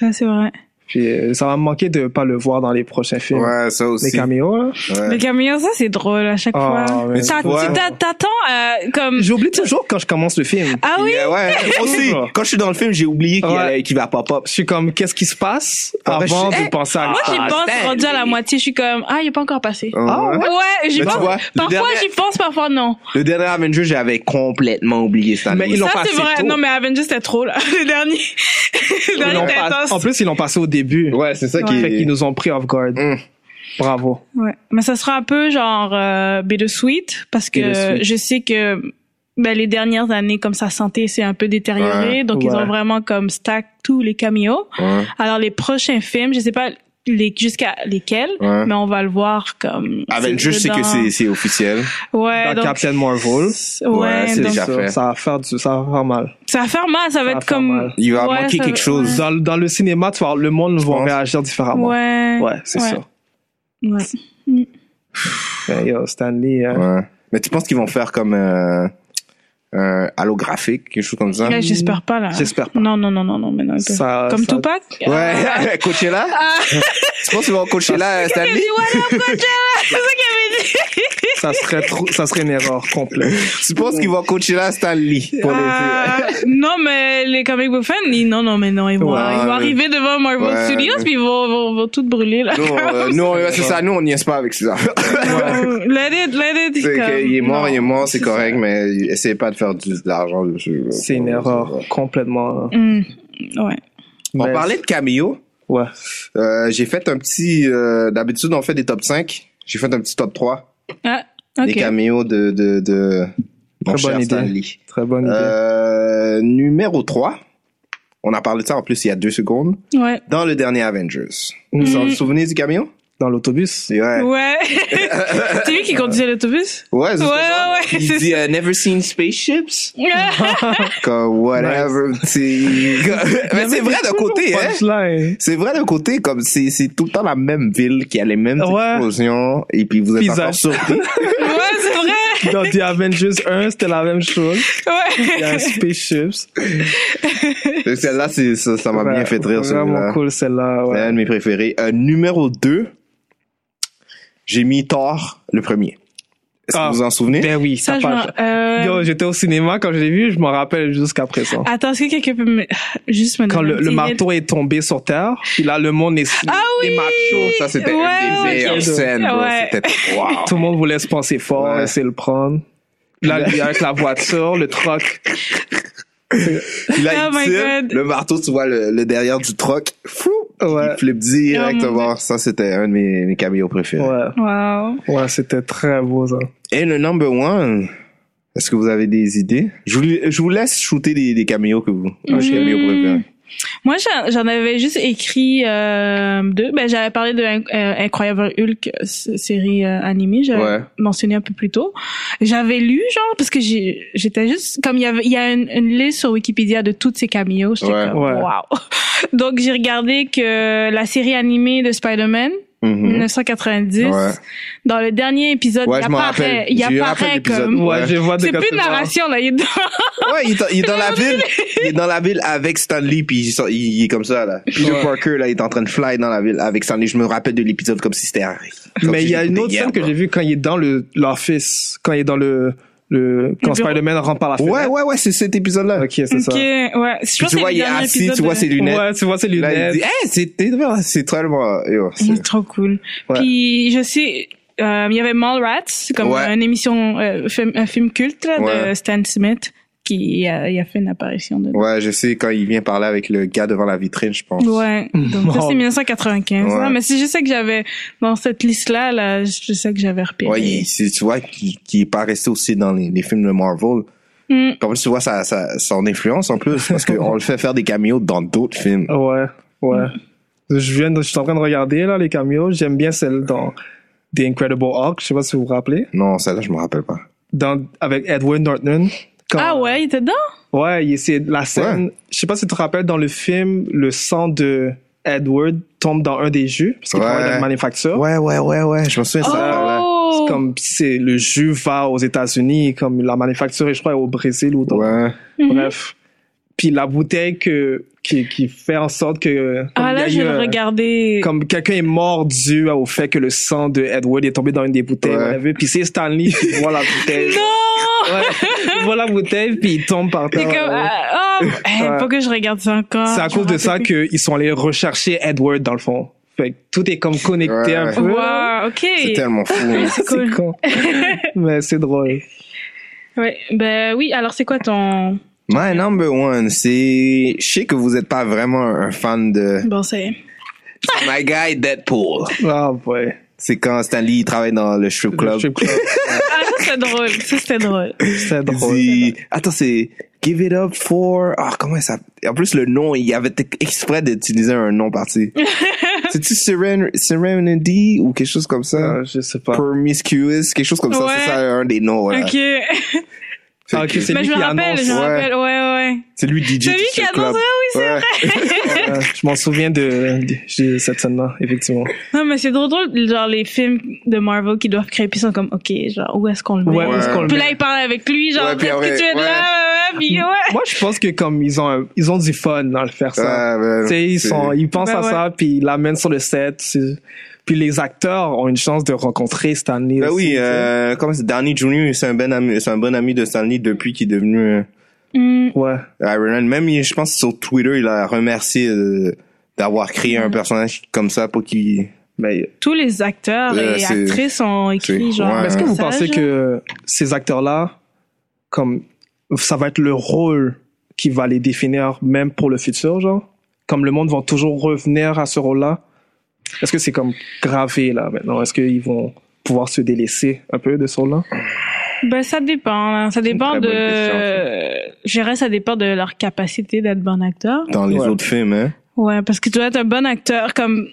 Speaker 4: Ça c'est vrai.
Speaker 5: Puis euh, ça va me manquer de pas le voir dans les prochains films.
Speaker 6: ça
Speaker 5: Les caméos, là.
Speaker 4: Le camion ça c'est drôle à chaque
Speaker 5: Oh,
Speaker 4: fois.
Speaker 5: mais
Speaker 4: T'as-
Speaker 5: tu vois.
Speaker 4: tu t'a- T'attends euh, comme
Speaker 5: J'oublie toujours quand je commence le film.
Speaker 4: ah oui.
Speaker 6: ouais, moi aussi. Quand je suis dans le film, j'ai oublié qu'il
Speaker 5: Ouais.
Speaker 6: allait- qu'il va pop up.
Speaker 5: Je suis comme, qu'est-ce qui se passe
Speaker 6: Après,
Speaker 5: avant
Speaker 6: je-
Speaker 5: de
Speaker 6: Eh,
Speaker 5: penser à
Speaker 4: Moi j'y
Speaker 5: Ah,
Speaker 4: pense
Speaker 6: Stanley.
Speaker 4: rendu à la moitié, je suis comme ah il est pas encore passé.
Speaker 5: Ah, ouais.
Speaker 4: Ouais, j'y
Speaker 6: Mais tu
Speaker 4: pense.
Speaker 6: vois, le
Speaker 4: parfois
Speaker 6: dernier-
Speaker 4: j'y pense, parfois non.
Speaker 6: Le dernier Avenger, j'avais complètement oublié ça.
Speaker 5: Mais Ben, ils l'ont
Speaker 4: Ça
Speaker 5: passé
Speaker 4: c'est vrai.
Speaker 5: tôt.
Speaker 4: Non mais Avengers c'était trop là. Le dernier. le
Speaker 5: Ils
Speaker 4: dernier
Speaker 5: l'ont
Speaker 4: était
Speaker 5: pas-
Speaker 4: intense.
Speaker 5: En plus, ils l'ont passé au début.
Speaker 6: Ouais, c'est ça qui
Speaker 5: Fait qu'ils
Speaker 6: est...
Speaker 5: nous ont pris off guard.
Speaker 6: Mm.
Speaker 5: Bravo.
Speaker 4: Ouais, mais ça sera un peu genre euh, bittersweet parce que
Speaker 5: Bittersweet.
Speaker 4: je sais que ben, les dernières années comme sa santé s'est un peu détériorée, donc ils
Speaker 5: Ouais.
Speaker 4: ont vraiment comme stack tous les cameos.
Speaker 6: Ouais.
Speaker 4: Alors les prochains films, je sais pas les, jusqu'à lesquels,
Speaker 6: Ouais.
Speaker 4: mais on va le voir comme.
Speaker 6: Avec
Speaker 4: c'est
Speaker 6: juste c'est que
Speaker 4: dedans.
Speaker 6: c'est- c'est officiel.
Speaker 4: Ouais,
Speaker 5: Dans
Speaker 4: Eh, donc.
Speaker 5: Captain Marvel.
Speaker 4: Ouais,
Speaker 6: Ouais, c'est
Speaker 4: donc
Speaker 6: déjà
Speaker 5: Ça,
Speaker 6: fait.
Speaker 5: ça va faire du, ça va faire mal.
Speaker 4: ça va faire mal,
Speaker 5: Ça
Speaker 4: ça va
Speaker 5: va
Speaker 4: être
Speaker 5: faire
Speaker 4: comme.
Speaker 5: mal.
Speaker 6: Il va
Speaker 4: Ouais,
Speaker 6: manquer
Speaker 4: ça
Speaker 6: quelque
Speaker 4: va-
Speaker 6: chose.
Speaker 5: Dans, dans le cinéma, tu vois, le monde va
Speaker 6: penses?
Speaker 5: réagir différemment.
Speaker 4: Ouais.
Speaker 5: Ouais, c'est ça.
Speaker 4: Ouais.
Speaker 5: Ben, yo, Stanley, euh,
Speaker 6: Ouais. Mais tu penses qu'ils vont faire comme euh, un holographique, quelque chose comme ça?
Speaker 4: Ouais, j'espère pas, là.
Speaker 5: Euh, j'espère pas.
Speaker 4: Non, non, non, non, non, mais non. ils peuvent-
Speaker 5: Ça,
Speaker 4: Comme
Speaker 5: ça-
Speaker 4: Tupac?
Speaker 6: Ouais, Coachella?
Speaker 4: Ah.
Speaker 6: tu penses qu'ils vont à Coachella, euh,
Speaker 4: Il a dit,
Speaker 6: Stanley?
Speaker 4: what up, Coachella? C'est ça qu'il avait dit.
Speaker 5: ça serait trop, ça serait une erreur complète.
Speaker 6: Tu penses qu'ils vont à Coachella, Stanley? Pour les-
Speaker 4: Ah, non, mais les comic book fans, ils, non, non, mais non, ils vont,
Speaker 6: Ouais,
Speaker 4: ils vont
Speaker 6: mais-
Speaker 4: arriver devant Marvel
Speaker 6: Ouais,
Speaker 4: Studios,
Speaker 6: mais-
Speaker 4: puis ils vont, vont, vont tout brûler, là.
Speaker 6: Nous, euh, nous, on- c'est ça, nous, on n'y est pas avec ça.
Speaker 4: Let it, let it.
Speaker 6: C'est
Speaker 4: comme-
Speaker 6: que il est mort,
Speaker 4: non.
Speaker 6: il est mort, c'est correct, mais essayez pas de faire du, de l'argent dessus. là.
Speaker 5: C'est une erreur complètement. euh,
Speaker 4: Hmm, ouais.
Speaker 6: On
Speaker 5: mais-
Speaker 6: parlait de caméo.
Speaker 5: Ouais.
Speaker 6: Euh, j'ai fait un petit. euh, D'habitude, on fait des top 5. J'ai fait un petit top 3.
Speaker 4: Ah, ok.
Speaker 6: Des caméos de, de, de mon
Speaker 5: Très
Speaker 6: cher
Speaker 5: bonne idée.
Speaker 6: Stanley.
Speaker 5: Très bonne idée.
Speaker 6: Euh, numéro 3. On a parlé de ça en plus il y a deux secondes.
Speaker 4: Ouais.
Speaker 6: Dans le dernier Avengers.
Speaker 5: Mm.
Speaker 6: Vous vous souvenez du camion?
Speaker 5: Dans l'autobus.
Speaker 6: Ouais.
Speaker 4: Ouais. c'est lui qui conduisait l'autobus?
Speaker 6: Ouais, c'est
Speaker 4: Ouais, ouais,
Speaker 6: ça.
Speaker 4: ouais.
Speaker 6: Il
Speaker 4: c'est
Speaker 6: dit euh, Never seen spaceships?
Speaker 4: ça.
Speaker 6: Comme whatever. c'est- Mais c'est vrai d'un côté, hein?
Speaker 5: Punchline.
Speaker 6: C'est vrai d'un côté, comme c'est c'est tout le temps la même ville qui a les mêmes
Speaker 5: Ouais.
Speaker 6: explosions. Et puis vous êtes
Speaker 5: Pizza.
Speaker 6: encore surpris.
Speaker 4: ouais, c'est vrai.
Speaker 5: Dans The Avengers 1, c'était la même chose. Il y a
Speaker 4: Ouais.
Speaker 5: un spaceships.
Speaker 6: Et Celle-là, c'est- ça ça m'a bien
Speaker 5: Ouais,
Speaker 6: fait rire.
Speaker 5: Vraiment
Speaker 6: celle-là.
Speaker 5: cool celle-là.
Speaker 6: C'est
Speaker 5: Ouais.
Speaker 6: un de mes préférés. Euh, numéro 2, j'ai mis Thor, le premier. Est-ce que
Speaker 5: Ah.
Speaker 6: vous vous en souvenez?
Speaker 5: Ben oui, ça
Speaker 4: Eh? Ça, je
Speaker 5: parle.
Speaker 4: m'en- euh,
Speaker 5: Yo, j'étais au cinéma quand je l'ai vu, je m'en rappelle jusqu'à présent.
Speaker 4: Attends, est-ce que quelqu'un peut me... Juste me
Speaker 5: Quand
Speaker 4: donner
Speaker 5: le,
Speaker 4: un
Speaker 5: le
Speaker 4: petit
Speaker 5: marteau est tombé sur terre, puis là, le monde est.
Speaker 4: Ah oui!
Speaker 5: Les machos,
Speaker 6: Ça, c'était
Speaker 4: Ouais,
Speaker 6: une des
Speaker 4: ouais,
Speaker 6: meilleures
Speaker 5: ok.
Speaker 6: scènes. bro.
Speaker 4: Ouais.
Speaker 6: C'était wow.
Speaker 5: Tout le monde voulait se penser fort,
Speaker 6: Ouais.
Speaker 5: essayer de le prendre. Là, lui, avec la voiture, le truck.
Speaker 6: Puis là,
Speaker 4: Oh
Speaker 6: il
Speaker 4: my
Speaker 6: tire,
Speaker 4: God.
Speaker 6: le marteau, tu vois le, le derrière du troc. Fou!
Speaker 5: Ouais.
Speaker 6: Il flippe
Speaker 4: Oh
Speaker 6: directement. Ça, c'était un de mes, mes caméos préférés.
Speaker 5: Ouais.
Speaker 4: Wow.
Speaker 5: Ouais, c'était très beau, ça.
Speaker 6: Et le number one, est-ce que vous avez des idées? Je vous, je vous laisse shooter des, des caméos que vous, un
Speaker 4: Mhm.
Speaker 6: caméo préféré.
Speaker 4: Moi, j'en- j'en avais juste écrit euh, deux. Ben, j'avais parlé de Inc- euh, Incroyable Hulk, s- série euh, animée. J'avais
Speaker 6: Ouais.
Speaker 4: mentionné un peu plus tôt. J'avais lu, genre, parce que j'ai- j'étais juste... Comme il y, avait, il y a une, une liste sur Wikipédia de toutes ces cameos, j'étais
Speaker 6: Ouais.
Speaker 4: comme,
Speaker 5: Ouais.
Speaker 4: wow. Donc, j'ai regardé que la série animée de Spider-Man,
Speaker 6: Mhm.
Speaker 4: 1990,
Speaker 6: Ouais.
Speaker 4: dans le dernier épisode,
Speaker 6: Ouais,
Speaker 4: il
Speaker 6: je m'en
Speaker 4: apparaît,
Speaker 6: rappelle.
Speaker 4: il
Speaker 6: Je me rappelle
Speaker 4: apparaît
Speaker 6: l'épisode.
Speaker 4: comme...
Speaker 5: Ouais,
Speaker 6: Ouais.
Speaker 5: je vois de
Speaker 4: C'est
Speaker 5: quoi
Speaker 4: plus
Speaker 5: tu
Speaker 4: une
Speaker 5: parles.
Speaker 4: narration, là, il est dans-
Speaker 6: Ouais, il est, dans- il est dans la ville. Il est dans la ville avec Stanley, puis il, sort- il- il est comme ça, là. Peter
Speaker 5: Ouais.
Speaker 6: Parker, là, il est en train de fly dans la ville avec Stanley. Je me rappelle de l'épisode comme si c'était un- comme
Speaker 5: Mais
Speaker 6: si
Speaker 5: il y a une
Speaker 6: j'écoutais
Speaker 5: autre
Speaker 6: hier,
Speaker 5: scène que
Speaker 6: quoi.
Speaker 5: j'ai vue quand il est dans le l'office, quand il est dans le le quand
Speaker 4: Le bureau.
Speaker 5: Spider-Man rentre par la fenêtre.
Speaker 6: Ouais, ouais, ouais, c'est cet épisode-là.
Speaker 5: Ok, c'est
Speaker 4: Ok,
Speaker 5: ça.
Speaker 4: ouais. Je
Speaker 6: Puis
Speaker 4: pense
Speaker 6: tu
Speaker 4: que
Speaker 6: vois,
Speaker 4: c'est le
Speaker 6: il est
Speaker 4: dernier
Speaker 6: assis, tu
Speaker 4: épisode
Speaker 6: vois
Speaker 4: de-
Speaker 6: ses lunettes.
Speaker 5: Ouais, tu vois ses lunettes.
Speaker 6: Là, il dit, hey, c'est- t'es- c'est tellement, yo, c'est-
Speaker 4: Il est trop cool.
Speaker 5: Ouais.
Speaker 4: Puis je sais, euh, il y avait Mallrats, c'est comme
Speaker 6: Ouais.
Speaker 4: une émission, euh, film- un film culte là,
Speaker 6: Ouais.
Speaker 4: de Stan Smith qui a, il a fait une apparition dedans.
Speaker 6: Ouais, je sais quand il vient parler avec le gars devant la vitrine, je pense.
Speaker 4: Ouais, donc ça
Speaker 5: Wow.
Speaker 4: c'est 1995.
Speaker 6: Ouais.
Speaker 4: là. mais si je sais que j'avais dans cette liste-là, là, je sais que j'avais repéré.
Speaker 6: Ouais, il- c'est- tu vois qu'il qu'il est pas resté aussi dans les, les films de Marvel.
Speaker 4: Mm.
Speaker 6: Comme tu vois sa, sa- son influence en plus, parce qu'on le fait faire des caméos dans d'autres films.
Speaker 5: Ouais,
Speaker 4: Mm.
Speaker 5: ouais. Je viens, de, je suis en train de regarder là les cameos. J'aime bien celle dans The Incredible Hulk. Je sais pas si vous vous rappelez.
Speaker 6: Non, celle-là, je me rappelle pas.
Speaker 5: Dans avec Edward Norton. Quand-
Speaker 4: Ah ouais, il était dedans?
Speaker 5: Ouais, il- c'est la scène. Je sais pas si tu te rappelles dans le film, le sang de Edward tombe dans un des jus parce qu'il
Speaker 6: Ouais.
Speaker 5: travaille dans une manufacture.
Speaker 6: Ouais, ouais, ouais, ouais, je me souviens de ça. là.
Speaker 4: Oh!
Speaker 5: C'est comme c'est le jus va aux États-Unis, comme la manufacture est, je crois au Brésil ou dans
Speaker 6: Ouais.
Speaker 4: Mm-hmm.
Speaker 5: Bref. Puis la bouteille que, qui, qui fait en sorte que. comme
Speaker 4: Ah
Speaker 5: il y a
Speaker 4: là,
Speaker 5: eu
Speaker 4: je vais
Speaker 5: un-
Speaker 4: le regarder.
Speaker 5: Comme quelqu'un est mort dû au fait que le sang de Edward est tombé dans une des bouteilles,
Speaker 6: Ouais.
Speaker 5: whatever. Puis c'est Stanley qui voit la bouteille.
Speaker 4: Non!
Speaker 5: Ouais. Il voit la bouteille, puis il tombe par
Speaker 4: C'est
Speaker 5: terre.
Speaker 4: comme,
Speaker 5: ouais.
Speaker 4: ah, oh, eh,
Speaker 5: Ouais.
Speaker 4: faut que je regarde ça encore.
Speaker 5: C'est à
Speaker 4: Je
Speaker 5: cause
Speaker 4: me
Speaker 5: de ça
Speaker 4: rappelle
Speaker 5: qu'ils sont allés rechercher Edward dans le fond. Fait que tout est comme connecté
Speaker 6: Ouais.
Speaker 5: un peu.
Speaker 4: plus. Wow, ok.
Speaker 6: C'est tellement fou. hein.
Speaker 4: C'est
Speaker 5: C'est
Speaker 4: cool.
Speaker 5: con. Mais c'est drôle.
Speaker 4: Ouais, ben oui, alors c'est quoi ton...
Speaker 6: My number one, c'est. Je sais que vous n'êtes pas vraiment un fan de.
Speaker 4: Bon, c'est...
Speaker 6: My guy Deadpool.
Speaker 5: Ah, ouais.
Speaker 6: C'est quand Stanley il travaille dans le strip
Speaker 5: Le
Speaker 6: club.
Speaker 5: strip club,
Speaker 4: Ah, ça c'était drôle, ça c'était drôle.
Speaker 5: C'est
Speaker 6: Il
Speaker 5: drôle.
Speaker 6: dit- Attends, c'est. Give it up for. Ah, comment ça. En plus, le nom, il avait été exprès d'utiliser un nom parti. C'est-tu Seren- Serenity ou quelque chose comme ça?
Speaker 5: Ah, je sais pas.
Speaker 6: Promiscuous, quelque chose comme ça.
Speaker 4: Ouais.
Speaker 6: C'est ça un des noms. là.
Speaker 4: Ok.
Speaker 6: Fait
Speaker 5: Ah, ok,
Speaker 6: que-
Speaker 5: c'est
Speaker 4: Mais
Speaker 5: lui
Speaker 4: je me
Speaker 5: qui
Speaker 4: rappelle,
Speaker 5: annonce.
Speaker 4: je me
Speaker 6: ouais.
Speaker 4: rappelle. Ouais, ouais.
Speaker 6: C'est lui DJ.
Speaker 4: C'est lui
Speaker 6: du
Speaker 4: qui
Speaker 6: strip
Speaker 4: annonce,
Speaker 6: club.
Speaker 4: ouais, oui,
Speaker 6: Ouais.
Speaker 5: Euh, je m'en souviens de, de- de cette scène-là, effectivement.
Speaker 4: Non, mais c'est drôle, drôle, genre les films de Marvel qui doivent créer, puis ils sont comme, ok, genre, où est-ce qu'on le met?
Speaker 5: Ouais,
Speaker 6: où est-ce qu'on le
Speaker 4: Puis
Speaker 5: met?
Speaker 4: là, ils parlent avec lui, genre,
Speaker 6: Ouais, puis
Speaker 4: qu'est-ce
Speaker 6: ouais,
Speaker 4: que tu es
Speaker 6: ouais.
Speaker 4: là? Ouais, ouais, puis ouais.
Speaker 5: Moi, je pense que comme ils ont, un- ils ont du fun dans le faire ça.
Speaker 6: Ouais, ben,
Speaker 5: Tu sais, ils,
Speaker 6: c'est-
Speaker 5: sont, ils pensent
Speaker 4: Ben
Speaker 5: à
Speaker 4: ouais.
Speaker 5: ça, puis ils l'amènent sur le set. c'est- Puis les acteurs ont une chance de rencontrer Stanley.
Speaker 6: Ben
Speaker 5: aussi, tu
Speaker 6: oui,
Speaker 5: sais.
Speaker 6: euh, comme c'est Danny Jr., c'est un bon ami, c'est un bon ami de Stanley depuis qu'il est devenu euh,
Speaker 4: Mm.
Speaker 5: Ouais.
Speaker 6: Iron Man. Même, il- je pense, sur Twitter, il a remercié euh, d'avoir créé
Speaker 4: Mm-hmm.
Speaker 6: un personnage comme ça pour qu'il...
Speaker 5: Mais
Speaker 4: Tous les acteurs
Speaker 6: Ouais,
Speaker 4: et
Speaker 6: c'est-
Speaker 4: actrices ont écrit,
Speaker 6: c'est-
Speaker 4: genre,
Speaker 6: ouais.
Speaker 4: un
Speaker 5: est-ce que vous
Speaker 4: message.
Speaker 5: pensez que ces acteurs-là, comme ça va être le rôle qui va les définir, même pour le futur, genre Comme le monde va toujours revenir à ce rôle-là Est-ce que c'est comme gravé, là, maintenant Est-ce qu'ils vont pouvoir se délaisser un peu de ce rôle-là
Speaker 4: Ben, ça dépend, hein. Ça
Speaker 6: très
Speaker 4: dépend
Speaker 6: bonne
Speaker 4: de. Je dirais, ça dépend de leur capacité d'être bon acteur.
Speaker 6: dans les
Speaker 5: Ouais.
Speaker 6: autres films, hein.
Speaker 4: Ouais, parce que tu dois être un bon acteur comme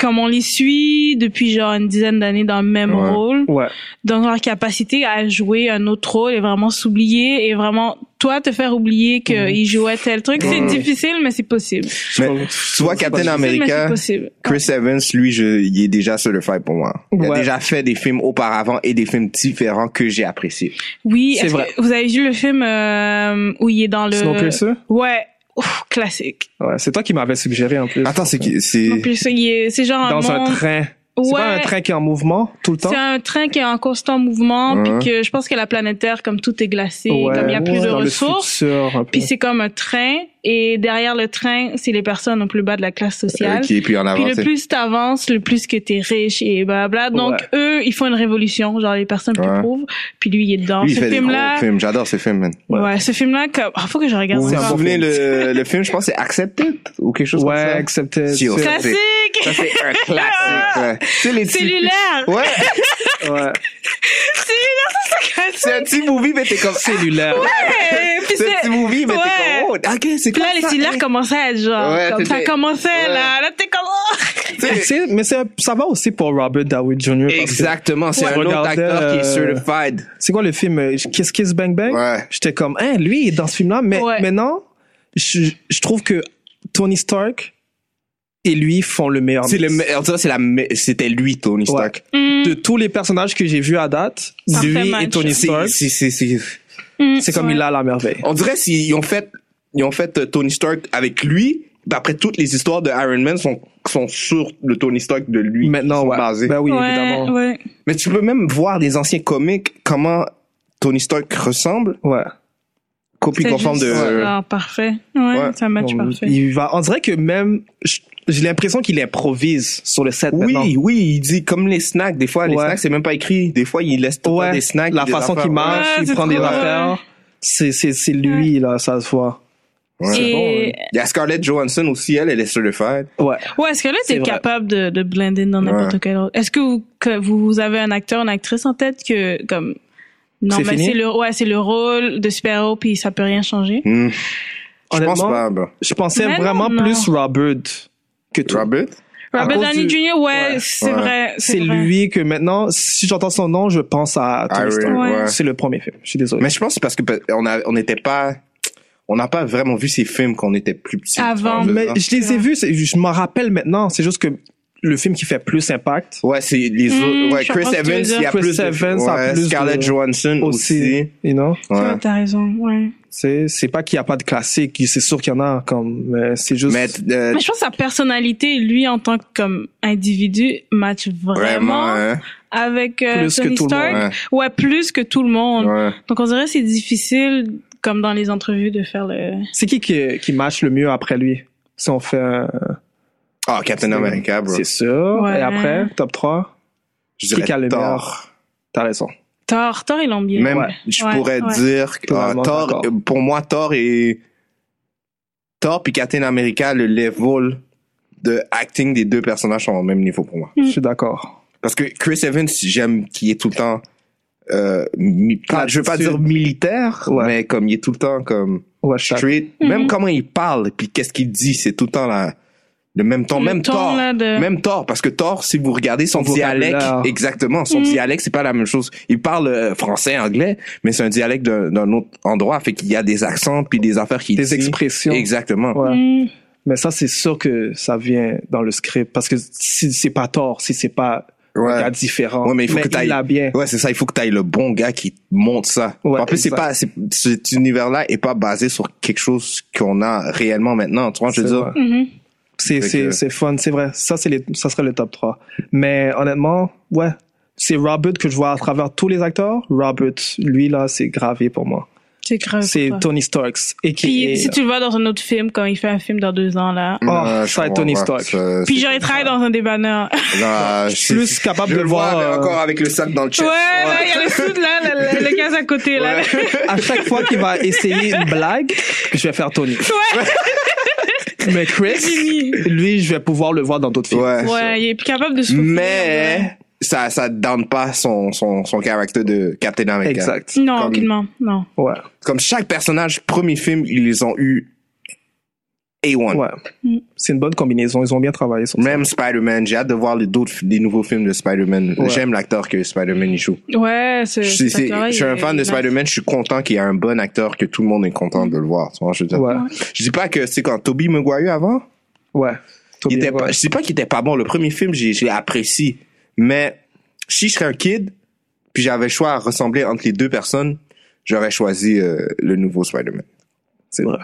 Speaker 4: comme on les suit depuis genre une dizaine d'années dans le même
Speaker 6: Ouais.
Speaker 4: rôle,
Speaker 5: Ouais.
Speaker 4: dans leur capacité à jouer un autre rôle et vraiment s'oublier et vraiment toi te faire oublier qu'ils
Speaker 5: Mhm.
Speaker 4: jouaient tel truc, c'est
Speaker 6: Ouais.
Speaker 4: difficile mais c'est possible.
Speaker 6: Mais
Speaker 5: trouve-
Speaker 6: tu vois, Captain
Speaker 4: Difficile, mais c'est
Speaker 5: hein.
Speaker 6: America,
Speaker 4: possible.
Speaker 6: Chris Evans, lui, je, il est déjà sur le fire pour moi. Il a
Speaker 5: Ouais.
Speaker 6: déjà fait des films auparavant et des films différents que j'ai appréciés.
Speaker 4: Oui,
Speaker 5: C'est
Speaker 4: est-ce
Speaker 5: vrai.
Speaker 4: que vous avez vu le film euh, où il est dans le
Speaker 5: Snowpiercer
Speaker 4: Ouais, Ouf, classique.
Speaker 5: Ouais, c'est toi qui m'avais suggéré en plus.
Speaker 6: Attends, c'est qui, c'est... euh,
Speaker 4: Snowpiercer, il est- c'est genre
Speaker 5: Dans un
Speaker 4: monde-
Speaker 5: train. C'est pas un
Speaker 4: Ouais.
Speaker 5: train qui est en mouvement tout le temps.
Speaker 4: C'est un train qui est en constant mouvement,
Speaker 6: Ouais.
Speaker 4: puis que je pense que la planète Terre, comme tout est glacé,
Speaker 5: Ouais,
Speaker 4: comme il y a plus
Speaker 5: ouais.
Speaker 4: de
Speaker 5: Dans le
Speaker 4: ressources,
Speaker 5: futur, un peu.
Speaker 4: puis c'est comme un train, et derrière le train, c'est les personnes au plus bas de la classe sociale.
Speaker 6: Ok, puis en hein.
Speaker 4: Puis
Speaker 6: avant,
Speaker 4: le
Speaker 6: c'est-
Speaker 4: plus t'avances, le plus que t'es riche et blabla. Donc
Speaker 5: Ouais.
Speaker 4: eux, ils font une révolution, genre les personnes plus
Speaker 6: Ouais.
Speaker 4: pauvres. Puis lui, il est dedans.
Speaker 6: Lui, il
Speaker 4: ce
Speaker 6: fait des gros
Speaker 4: film-là,
Speaker 6: films. J'adore ce film, man.
Speaker 4: ouais. ce film-là, comme, Ah, faut que je regarde
Speaker 5: Ouais.
Speaker 6: Vous
Speaker 5: un
Speaker 6: vous
Speaker 5: bon
Speaker 4: ça.
Speaker 6: souvenez
Speaker 5: film.
Speaker 6: le, le film, je pense, c'est Accepted ou quelque chose
Speaker 5: ouais,
Speaker 6: comme ça.
Speaker 5: accepté.
Speaker 6: Si, au
Speaker 5: sûr.
Speaker 6: fait.
Speaker 4: Classique,
Speaker 6: Ça, c'est un classique. là. C'est les petits-
Speaker 4: cellulaire,
Speaker 6: Ouais,
Speaker 5: Ouais.
Speaker 4: cellulaire, ça
Speaker 6: c'est un petit movie, mais t'es comme.
Speaker 5: Cellulaire.
Speaker 4: c'est Puis
Speaker 6: C'est un petit
Speaker 4: c'est
Speaker 6: movie, mais
Speaker 4: Ouais.
Speaker 6: t'es comme. Oh, ok, c'est
Speaker 4: puis
Speaker 6: quoi
Speaker 4: là, les
Speaker 6: ça?
Speaker 4: cellulaires commençaient à être genre,
Speaker 6: Ouais,
Speaker 4: comme ça
Speaker 6: c'était-
Speaker 4: commençait là, là t'es comme, oh!
Speaker 5: Tu sais, mais c'est- ça va aussi pour Robert Downey Jr. parce que-
Speaker 6: Exactement, c'est
Speaker 5: Ouais.
Speaker 6: un autre
Speaker 5: Regardais,
Speaker 6: acteur qui est
Speaker 5: euh,
Speaker 6: certified.
Speaker 5: C'est quoi le film euh, Kiss Kiss Bang Bang
Speaker 6: Ouais.
Speaker 5: J'étais comme, hein, lui, il est dans ce film-là. Mais
Speaker 4: Ouais.
Speaker 5: maintenant, je, je trouve que Tony Stark et lui font le meilleur.
Speaker 6: C'est le,
Speaker 5: mix.
Speaker 6: me- en tout cas, c'est la, me- c'était lui, Tony Stark.
Speaker 4: Hmm.
Speaker 5: De tous les personnages que j'ai vus à date,
Speaker 4: Ça fait
Speaker 5: lui et
Speaker 4: match.
Speaker 5: Tony
Speaker 6: C'est,
Speaker 5: Stark,
Speaker 6: c'est, c'est, c'est-
Speaker 4: Mm,
Speaker 5: c'est comme
Speaker 4: ouais.
Speaker 5: il a la merveille.
Speaker 6: On dirait s'ils ont fait, ils ont fait euh, Tony Stark avec lui. puis Après toutes les histoires de Iron Man sont sont sur le Tony Stark de lui.
Speaker 5: Maintenant,
Speaker 6: sont
Speaker 5: ouais.
Speaker 6: basées.
Speaker 5: Ben oui,
Speaker 4: ouais,
Speaker 5: évidemment.
Speaker 4: ouais.
Speaker 6: Mais tu peux même voir des anciens comics comment Tony Stark ressemble,
Speaker 5: Ouais.
Speaker 6: copie
Speaker 4: C'est
Speaker 6: conforme
Speaker 4: juste,
Speaker 6: de.
Speaker 4: genre, parfait. Ouais,
Speaker 6: Ouais.
Speaker 4: c'est un match
Speaker 5: On-
Speaker 4: parfait.
Speaker 5: il va, on dirait que même, je- j'ai l'impression qu'il improvise sur le set
Speaker 6: Oui,
Speaker 5: maintenant.
Speaker 6: oui, il dit comme les snacks. Des fois, les
Speaker 5: Ouais.
Speaker 6: snacks, c'est même pas écrit. Des fois, il laisse tout le temps
Speaker 5: Ouais,
Speaker 6: des snacks.
Speaker 5: la
Speaker 6: des
Speaker 5: façon
Speaker 6: affaires.
Speaker 5: qu'il marche,
Speaker 4: Ouais,
Speaker 5: il
Speaker 4: c'est
Speaker 5: prend
Speaker 4: trop
Speaker 5: des
Speaker 4: drôle.
Speaker 5: affaires. C'est, c'est, c'est lui, là, ça se voit.
Speaker 6: Ouais.
Speaker 4: Et-
Speaker 5: bon, hein.
Speaker 6: Il y a Scarlett Johansson aussi, elle, elle est certified.
Speaker 5: Ouais.
Speaker 4: Ouais, est-ce que là,
Speaker 5: C'est
Speaker 4: t'es
Speaker 5: vrai.
Speaker 4: capable de, de blend in dans n'importe
Speaker 6: Ouais.
Speaker 4: quel autre? Est-ce que vous, que vous avez un acteur, une actrice en tête que, comme, non,
Speaker 5: C'est
Speaker 4: mais
Speaker 5: fini?
Speaker 4: c'est le, ouais, c'est le rôle de super-héros puis ça peut rien changer?
Speaker 6: Hmm. Je pense
Speaker 5: Honnêtement,
Speaker 6: pas, bro.
Speaker 5: Je pensais
Speaker 4: Mais non,
Speaker 5: vraiment
Speaker 4: non.
Speaker 5: plus Robert que toi.
Speaker 6: Robert?
Speaker 5: À
Speaker 4: Robert
Speaker 5: cause
Speaker 4: Downey
Speaker 5: du-
Speaker 4: Jr., ouais,
Speaker 5: Ouais.
Speaker 4: c'est
Speaker 6: Ouais.
Speaker 4: vrai.
Speaker 5: C'est
Speaker 4: vrai.
Speaker 5: lui que maintenant, si j'entends son nom, je pense à Tony
Speaker 6: Iron,
Speaker 5: Stark.
Speaker 6: ouais.
Speaker 5: C'est le premier film. Je suis désolé.
Speaker 6: Mais je pense que c'est parce que pe- on a, on n'était pas, on n'a pas vraiment vu ces films quand on était plus petits.
Speaker 4: Avant.
Speaker 6: Tu vois,
Speaker 5: Mais
Speaker 6: je veux dire.
Speaker 5: je les ai vus, c'est- je m'en rappelle maintenant. C'est juste que le film qui fait plus impact.
Speaker 6: Ouais, c'est les
Speaker 4: Hmm,
Speaker 6: autres. Ouais, Chris
Speaker 4: je comprends ce que tu veux
Speaker 6: Evans,
Speaker 4: dire.
Speaker 6: il y a
Speaker 5: Chris
Speaker 6: plus de-
Speaker 5: Evans a
Speaker 6: ouais,
Speaker 5: plus de-
Speaker 6: Scarlett Johansson
Speaker 5: Aussi,
Speaker 6: aussi.
Speaker 5: you know, Tu
Speaker 6: Ouais.
Speaker 4: Ouais, T'as raison, ouais.
Speaker 5: sais, c'est pas qu'il y a pas de classique, c'est sûr qu'il y en a comme mais c'est juste
Speaker 6: Mais, euh,
Speaker 4: Mais je pense que sa personnalité, lui, en tant que, comme, individu, match
Speaker 6: vraiment,
Speaker 4: vraiment,
Speaker 6: hein.
Speaker 4: avec euh,
Speaker 5: Plus que
Speaker 4: Tony
Speaker 5: tout le
Speaker 4: Stark.
Speaker 6: Ouais.
Speaker 4: Ouais, plus que tout le monde.
Speaker 6: Ouais.
Speaker 4: Donc on dirait que c'est difficile, comme dans les entrevues, de faire le.
Speaker 5: c'est qui qui qui match le mieux après lui Si on fait un-
Speaker 6: Ah, Captain America, bro.
Speaker 5: C'est sûr.
Speaker 4: Ouais.
Speaker 5: Et après, top 3,
Speaker 6: Je
Speaker 5: qui
Speaker 6: dirais
Speaker 5: qui a le
Speaker 6: Thor.
Speaker 5: meilleur T'as raison.
Speaker 4: Thor, Thor et l'ombier.
Speaker 6: Même, je
Speaker 4: Ouais,
Speaker 6: pourrais
Speaker 4: ouais.
Speaker 6: dire que ah,
Speaker 5: Totalement
Speaker 6: Thor,
Speaker 5: d'accord.
Speaker 6: euh, pour moi, Thor et Thor puis Captain America, le level de acting des deux personnages sont au même niveau pour moi.
Speaker 4: Mm.
Speaker 5: Je suis d'accord.
Speaker 6: Parce que Chris Evans, j'aime qu'il est tout le temps, euh, mi- pas- je veux pas
Speaker 5: Attitude.
Speaker 6: dire militaire,
Speaker 5: Ouais.
Speaker 6: mais comme il est tout le temps comme
Speaker 5: Ouais, je suis
Speaker 6: straight.
Speaker 4: Mhm.
Speaker 6: Même comment il parle puis qu'est-ce qu'il dit, c'est tout le temps la, Le même ton,
Speaker 4: Le
Speaker 6: même
Speaker 4: ton,
Speaker 6: tort.
Speaker 4: là, de-
Speaker 6: Même tort, parce que tort, si vous regardez son
Speaker 5: Son
Speaker 6: dialecte,
Speaker 5: vocabulaire.
Speaker 6: exactement, son dialecte, c'est pas la même chose. Il parle euh, français, anglais, mais c'est un dialecte d'un d'un autre endroit, fait qu'il y a des accents, puis des affaires qui
Speaker 5: Des expressions.
Speaker 6: Exactement.
Speaker 5: Ouais.
Speaker 4: Mm.
Speaker 5: Mais ça, c'est sûr que ça vient dans le script. Parce que si c'est pas tort, si c'est pas
Speaker 6: Ouais.
Speaker 5: un gars différent.
Speaker 6: Ouais, mais il faut que t'ailles-
Speaker 5: l'a bien.
Speaker 6: Ouais, c'est ça. Il faut que tu ailles le bon gars qui te montre ça.
Speaker 5: Ouais,
Speaker 6: en plus, c'est
Speaker 5: exact.
Speaker 6: pas, c'est- cet univers-là est pas basé sur quelque chose qu'on a réellement maintenant. Tu vois, je veux
Speaker 5: C'est
Speaker 6: dire.
Speaker 5: vrai.
Speaker 4: Mhm.
Speaker 5: C'est,
Speaker 6: Fait que-
Speaker 5: c'est, c'est fun, c'est vrai. Ça, c'est les, ça serait le top 3. Mais honnêtement, ouais, c'est Robert que je vois à travers tous les acteurs. Robert, lui, là, c'est gravé pour moi.
Speaker 4: C'est grave.
Speaker 5: C'est
Speaker 4: pour toi.
Speaker 5: Tony Starks. Et qui
Speaker 4: Puis
Speaker 5: est...
Speaker 4: si tu le vois dans un autre film, quand il fait un film dans deux ans, là.
Speaker 5: Oh,
Speaker 6: Non, je
Speaker 5: ça,
Speaker 6: comprends
Speaker 5: Tony
Speaker 6: pas.
Speaker 5: Stark.
Speaker 6: Ça,
Speaker 4: Puis
Speaker 6: Mm, c'est-
Speaker 4: j'aurais travaillé dans un débanneur.
Speaker 6: Non,
Speaker 5: Je suis plus capable
Speaker 6: je
Speaker 5: de
Speaker 6: le vois
Speaker 5: voir,
Speaker 6: avec-
Speaker 5: euh,
Speaker 6: encore avec le sac dans le
Speaker 4: Ouais,
Speaker 6: chest.
Speaker 4: là, il y a le soude, là, le, le- le gaz à côté, là.
Speaker 6: Ouais.
Speaker 5: à chaque fois qu'il va essayer une blague, je vais faire Tony. Mais Chris,
Speaker 4: Fini.
Speaker 5: lui, je vais pouvoir le voir dans d'autres films.
Speaker 6: Ouais.
Speaker 4: Ouais, il est plus capable de souffler.
Speaker 6: Mm, Mais ça, ça donne pas son son son caractère de Captain America.
Speaker 5: Exact.
Speaker 4: Non,
Speaker 6: Comme-
Speaker 4: aucunement. Non.
Speaker 5: Ouais.
Speaker 6: Comme chaque personnage, premier film, ils ont eu A1.
Speaker 5: Ouais.
Speaker 4: Mm.
Speaker 5: C'est une bonne combinaison. Ils ont bien travaillé sur ça.
Speaker 6: Même Spider-Man, j'ai hâte de voir les d'autres les nouveaux films de Spider-Man.
Speaker 5: Ouais.
Speaker 6: J'aime l'acteur que Spider-Man y joue.
Speaker 4: Ouais, c'est.
Speaker 6: Je suis, c'est- je suis un
Speaker 4: euh,
Speaker 6: fan de Spider-Man, je suis content qu'il y a un bon acteur, que tout le monde est content de le voir. tu vois, je, veux dire.
Speaker 5: Ouais.
Speaker 6: je dis pas que c'est quand Toby Maguire avant,
Speaker 5: Ouais. Toby,
Speaker 6: il était
Speaker 5: ouais.
Speaker 6: pas, je dis pas qu'il était pas bon. Le premier film, j'ai, j'ai apprécié. Mais si je serais un kid, puis j'avais le choix à ressembler entre les deux personnes, j'aurais choisi euh, le nouveau Spider-Man.
Speaker 5: C'est vrai.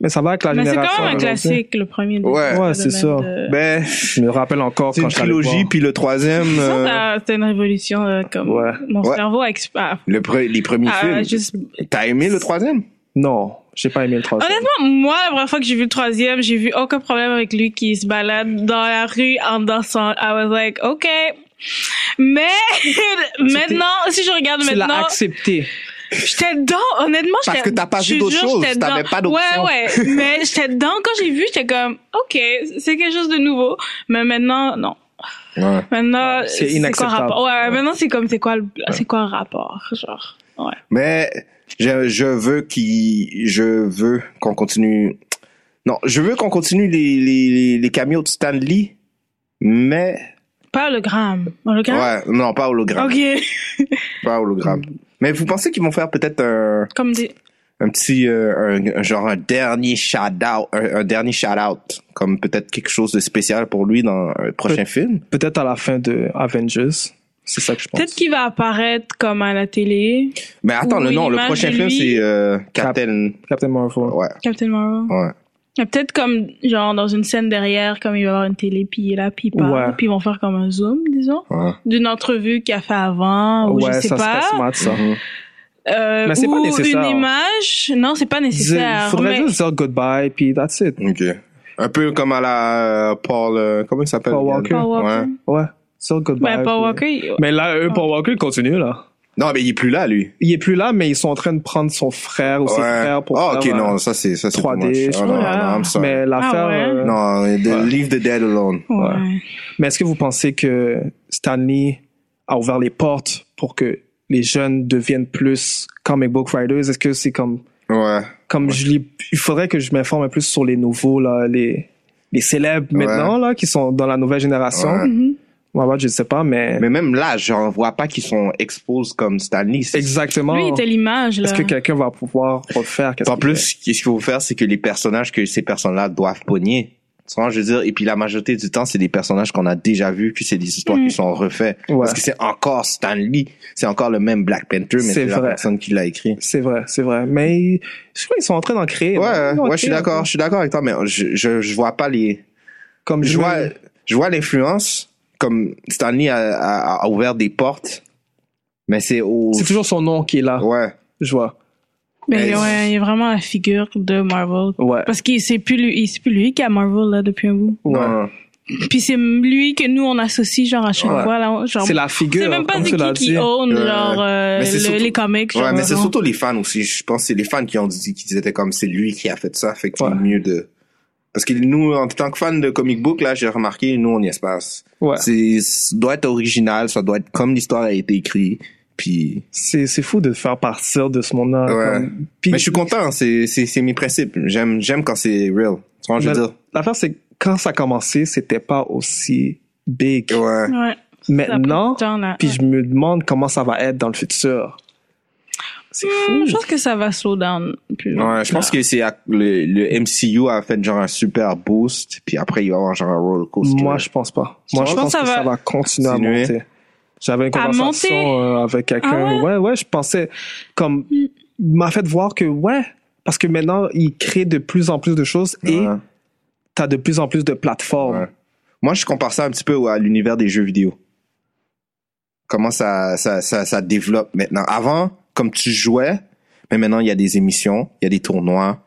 Speaker 5: Mais ça va avec la
Speaker 4: Mm. Mais c'est
Speaker 5: génération.
Speaker 4: quand même un
Speaker 5: aujourd'hui.
Speaker 4: classique, le premier. de
Speaker 6: Ouais.
Speaker 4: Spider-Man
Speaker 5: Ouais, c'est ça.
Speaker 4: de-
Speaker 6: Ben,
Speaker 5: Je me rappelle encore Euh,
Speaker 6: c'est
Speaker 5: quand
Speaker 6: une
Speaker 5: je suis allé le
Speaker 6: trilogie,
Speaker 5: voir.
Speaker 6: puis le troisième, euh,
Speaker 4: Ça, C'était une révolution, euh, comme
Speaker 5: Ouais.
Speaker 4: mon
Speaker 6: Ouais.
Speaker 4: cerveau a exp- a-
Speaker 6: le pre- les premiers
Speaker 4: a
Speaker 6: films.
Speaker 4: juste-
Speaker 6: T'as aimé le troisième?
Speaker 5: Non, j'ai pas aimé le troisième.
Speaker 4: Honnêtement, moi, la première fois que j'ai vu le troisième, j'ai vu aucun problème avec lui qui se balade dans la rue en dansant. I was like, OK. Mais maintenant, si je regarde
Speaker 5: tu l'as
Speaker 4: maintenant,
Speaker 5: accepté.
Speaker 4: j'étais dedans. Honnêtement,
Speaker 6: Parce
Speaker 4: j'étais-
Speaker 6: que t'as pas
Speaker 4: je
Speaker 6: vu d'autres
Speaker 4: jure,
Speaker 6: choses,
Speaker 4: j'étais
Speaker 6: t'avais
Speaker 4: dedans.
Speaker 6: pas d'option.
Speaker 4: Ouais, ouais. Mais j'étais dedans quand j'ai vu, j'étais comme, OK, c'est quelque chose de nouveau. Mais maintenant, non.
Speaker 6: Ouais.
Speaker 4: Maintenant,
Speaker 5: Ouais, c'est
Speaker 4: c'est quoi le
Speaker 5: inacceptable.
Speaker 4: rapport? Ouais, maintenant, c'est comme, c'est quoi le, c'est quoi le rapport? Genre, ouais.
Speaker 6: Mais je, je veux qu'il, je veux qu'on continue. Non, je veux qu'on continue les les les, les cameos de Stan Lee, mais
Speaker 4: Pas le gramme. Le gramme?
Speaker 6: ouais, non pas hologramme,
Speaker 4: OK.
Speaker 6: pas hologramme. Mais vous pensez qu'ils vont faire peut-être un,
Speaker 4: Comme des,
Speaker 6: un petit euh, un- un- genre un dernier shout out, un, un dernier shout out, comme peut-être quelque chose de spécial pour lui dans un
Speaker 5: Peut-
Speaker 6: prochain film.
Speaker 5: Peut-être à la fin de Avengers. C'est ça que je pense.
Speaker 4: Peut-être qu'il va apparaître comme à la télé,
Speaker 6: Mais attends,
Speaker 4: Ou
Speaker 6: le non, le
Speaker 4: l'image
Speaker 6: prochain
Speaker 4: de
Speaker 6: film
Speaker 4: lui.
Speaker 6: c'est euh, Captain.
Speaker 5: Captain Marvel.
Speaker 6: Ouais,
Speaker 4: Captain Marvel.
Speaker 6: ouais.
Speaker 4: Et Peut-être comme genre dans une scène derrière, comme il va y avoir une télé, puis il est là, puis il parle,
Speaker 5: Ouais.
Speaker 4: puis ils vont faire comme un zoom, disons,
Speaker 6: ouais.
Speaker 4: d'une entrevue qu'il a fait avant, ou
Speaker 5: ouais,
Speaker 4: Oh, je sais
Speaker 5: ça
Speaker 4: pas.
Speaker 5: serait smart, ça.
Speaker 6: Mhm.
Speaker 4: Euh,
Speaker 5: Mais c'est pas
Speaker 4: ou
Speaker 5: nécessaire.
Speaker 4: une image. Non, c'est pas nécessaire.
Speaker 5: Il faudrait
Speaker 4: mais...
Speaker 5: juste dire goodbye, puis that's it.
Speaker 6: Ok. Un peu comme à la euh, Paul, euh, comment il s'appelle?
Speaker 5: Paul
Speaker 6: le gars?
Speaker 5: Walker.
Speaker 4: Paul Walker.
Speaker 6: Ouais.
Speaker 5: Ouais, dire goodbye.
Speaker 4: Ben, Paul
Speaker 5: puis-
Speaker 4: Walker, il-
Speaker 5: Mais là, eux, Paul Walker continue, là.
Speaker 6: Non, mais il est plus là, lui.
Speaker 5: Il est plus là, mais ils sont en train de prendre son frère ou ses frères pour
Speaker 6: Ah, ok,
Speaker 5: faire, euh,
Speaker 6: non, ça c'est, ça c'est
Speaker 5: 3D.
Speaker 6: too much. Oh, non, non,
Speaker 4: Ah.
Speaker 6: I'm sorry.
Speaker 5: Mais l'affaire...
Speaker 4: Ah ouais?
Speaker 5: euh,
Speaker 6: Non, the- leave the dead alone.
Speaker 4: ouais.
Speaker 5: Mais est-ce que vous pensez que Stanley a ouvert les portes pour que les jeunes deviennent plus comic book writers? Est-ce que c'est comme,
Speaker 6: Ouais.
Speaker 5: comme je lis, il faudrait que je m'informe un plus sur les nouveaux, là, les, les célèbres maintenant, là, qui sont dans la nouvelle génération.
Speaker 6: Ouais.
Speaker 4: Mhm.
Speaker 5: Moi, moi, je sais pas, mais,
Speaker 6: Mais même là, j'en vois pas qu'ils sont exposed comme Stanley. C'est-
Speaker 5: exactement.
Speaker 4: Lui, il était l'image, là.
Speaker 5: Est-ce que quelqu'un va pouvoir refaire? qu'est-ce
Speaker 6: En
Speaker 5: qu'il
Speaker 6: plus, ce qu'il faut faire, c'est que les personnages que ces personnes-là doivent pogner. Tu vois, je veux dire, et puis la majorité du temps, c'est des personnages qu'on a déjà vus, puis c'est des histoires
Speaker 5: Mm.
Speaker 6: qui sont refaites.
Speaker 5: Ouais.
Speaker 6: Parce que c'est encore Stanley, c'est encore le même Black Panther, mais
Speaker 5: C'est
Speaker 6: c'est la
Speaker 5: vrai.
Speaker 6: personne qui l'a écrit.
Speaker 5: C'est vrai, c'est vrai. Mais je crois qu'ils sont en train d'en créer.
Speaker 6: Ouais,
Speaker 5: Ils en
Speaker 6: ouais, je suis
Speaker 5: créent un
Speaker 6: d'accord,
Speaker 5: peu.
Speaker 6: je suis d'accord avec toi, mais je, je, je vois pas les,
Speaker 5: Comme
Speaker 6: je
Speaker 5: je
Speaker 6: vois, je vois l'influence, comme Stanley a, a- a ouvert des portes, mais c'est au,
Speaker 5: C'est toujours son nom qui est là.
Speaker 6: ouais,
Speaker 5: Je vois.
Speaker 4: Mais
Speaker 6: Mais-
Speaker 4: ouais, il est vraiment la figure de Marvel.
Speaker 5: Ouais.
Speaker 4: Parce qu'il c'est plus lui, c'est plus lui qui a Marvel là depuis un bout.
Speaker 5: ouais.
Speaker 6: non,
Speaker 4: Puis c'est lui que nous on associe genre à chaque
Speaker 5: Ouais.
Speaker 4: fois là, genre
Speaker 5: C'est la figure.
Speaker 4: C'est même pas
Speaker 5: comme
Speaker 4: c'est
Speaker 5: tu l'as
Speaker 4: qui qui
Speaker 5: dit.
Speaker 4: own
Speaker 6: Ouais.
Speaker 4: genre euh,
Speaker 6: Mais c'est
Speaker 4: le-
Speaker 6: surtout-
Speaker 4: les comics.
Speaker 6: ouais,
Speaker 4: genre,
Speaker 6: mais c'est
Speaker 4: non.
Speaker 6: surtout les fans aussi, je pense que c'est les fans qui ont dit, qui étaient comme c'est lui qui a fait ça, fait que c'est
Speaker 5: Ouais.
Speaker 6: mieux de, parce que nous, en tant que fans de comic book, là, j'ai remarqué, nous, on y espace.
Speaker 5: Ouais.
Speaker 6: C'est, ça doit être original, ça doit être comme l'histoire a été écrite, puis,
Speaker 5: C'est c'est fou de faire partir de ce monde-là.
Speaker 6: Ouais.
Speaker 5: comme- Puis
Speaker 6: mais je suis content, c'est, c'est, c'est mes principes, j'aime, j'aime quand c'est real, tu vois, je veux
Speaker 5: Mais
Speaker 6: dire.
Speaker 5: l'affaire c'est que quand ça a commencé, c'était pas aussi big.
Speaker 6: Ouais.
Speaker 4: Ouais.
Speaker 5: Maintenant,
Speaker 4: Ça a pris du temps, là.
Speaker 5: puis
Speaker 4: Ouais.
Speaker 5: je me demande comment ça va être dans le futur. C'est
Speaker 4: Hmm,
Speaker 5: fou.
Speaker 4: Je pense que ça va slow down plus longtemps.
Speaker 6: Ouais, je pense que c'est à- le, le MCU a fait genre un super boost, puis après il va y avoir genre un roller coaster.
Speaker 5: Moi, je pense pas. Moi, je
Speaker 4: penses
Speaker 5: pense
Speaker 4: ça
Speaker 5: que
Speaker 4: va
Speaker 5: ça va continuer à
Speaker 6: continuer?
Speaker 5: monter. J'avais une
Speaker 4: À
Speaker 5: conversation
Speaker 4: monter?
Speaker 5: euh, avec quelqu'un.
Speaker 4: Ah
Speaker 5: ouais? ouais, je pensais comme m'a fait voir que ouais, parce que maintenant il crée de plus en plus de choses et
Speaker 6: Ouais.
Speaker 5: t'as de plus en plus de plateformes.
Speaker 6: Ouais. Moi, je compare ça un petit peu à l'univers des jeux vidéo. Comment ça, ça, ça, ça développe maintenant. Avant, comme tu jouais, mais maintenant, il y a des émissions, il y a des tournois,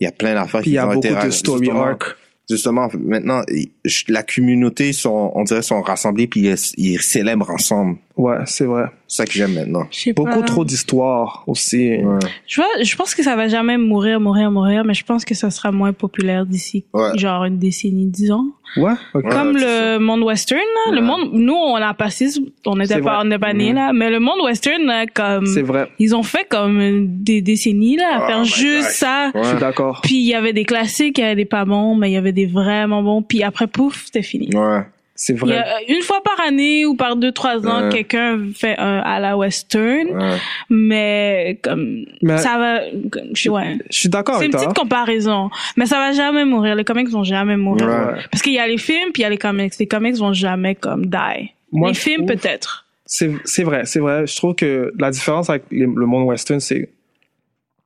Speaker 6: il y a plein d'affaires
Speaker 5: Puis il y a
Speaker 6: ont été
Speaker 5: beaucoup de
Speaker 6: ra-
Speaker 5: story
Speaker 6: justement-
Speaker 5: arc.
Speaker 6: Justement, maintenant, il- je- la communauté, sont, on dirait, sont rassemblés, puis ils, ils célèbrent ensemble.
Speaker 5: Ouais, c'est vrai.
Speaker 6: C'est ça que j'aime maintenant.
Speaker 4: Je sais
Speaker 5: Beaucoup
Speaker 4: pas.
Speaker 5: trop d'histoires aussi.
Speaker 6: Ouais.
Speaker 4: Je, vois- je pense que ça va jamais mourir, mourir, mourir, mais je pense que ça sera moins populaire d'ici
Speaker 6: Ouais.
Speaker 4: genre une décennie, dix ans.
Speaker 5: Ouais, ok.
Speaker 6: Ouais.
Speaker 4: Comme
Speaker 6: c'est
Speaker 4: le monde western, là, le
Speaker 6: Ouais.
Speaker 4: monde, nous on l'a passé, on n'était
Speaker 5: C'est
Speaker 4: pas,
Speaker 5: vrai.
Speaker 4: on n'est pas nés
Speaker 6: Mhm.
Speaker 4: là, mais le monde western, là, comme
Speaker 5: c'est vrai.
Speaker 4: ils ont fait comme des décennies là à
Speaker 6: Oh
Speaker 4: faire
Speaker 6: my
Speaker 4: juste
Speaker 6: God.
Speaker 4: ça.
Speaker 5: Je
Speaker 6: Ouais.
Speaker 5: suis d'accord.
Speaker 4: Puis il y avait des classiques, il y avait des pas bons, mais il y avait des vraiment bons. Puis après pouf, c'était fini.
Speaker 6: Ouais.
Speaker 5: C'est
Speaker 4: Il y
Speaker 5: vrai.
Speaker 4: a, euh, une fois par année ou par deux trois ans,
Speaker 6: Ouais.
Speaker 4: quelqu'un fait un à la western,
Speaker 6: Ouais.
Speaker 4: mais comme
Speaker 5: Mais- hein.
Speaker 4: ça va, comme, je- ouais.
Speaker 5: Je suis d'accord
Speaker 4: C'est
Speaker 5: avec
Speaker 4: une
Speaker 5: toi.
Speaker 4: petite comparaison, mais ça va jamais mourir. Les comics vont jamais mourir.
Speaker 6: Ouais.
Speaker 4: Parce qu'il y a les films, puis il y a les comics. Les comics vont jamais comme die.
Speaker 5: Moi,
Speaker 4: les
Speaker 5: je
Speaker 4: films
Speaker 5: trouve-
Speaker 4: peut-être.
Speaker 5: C'est c'est vrai, c'est vrai. Je trouve que la différence avec les- le monde western, c'est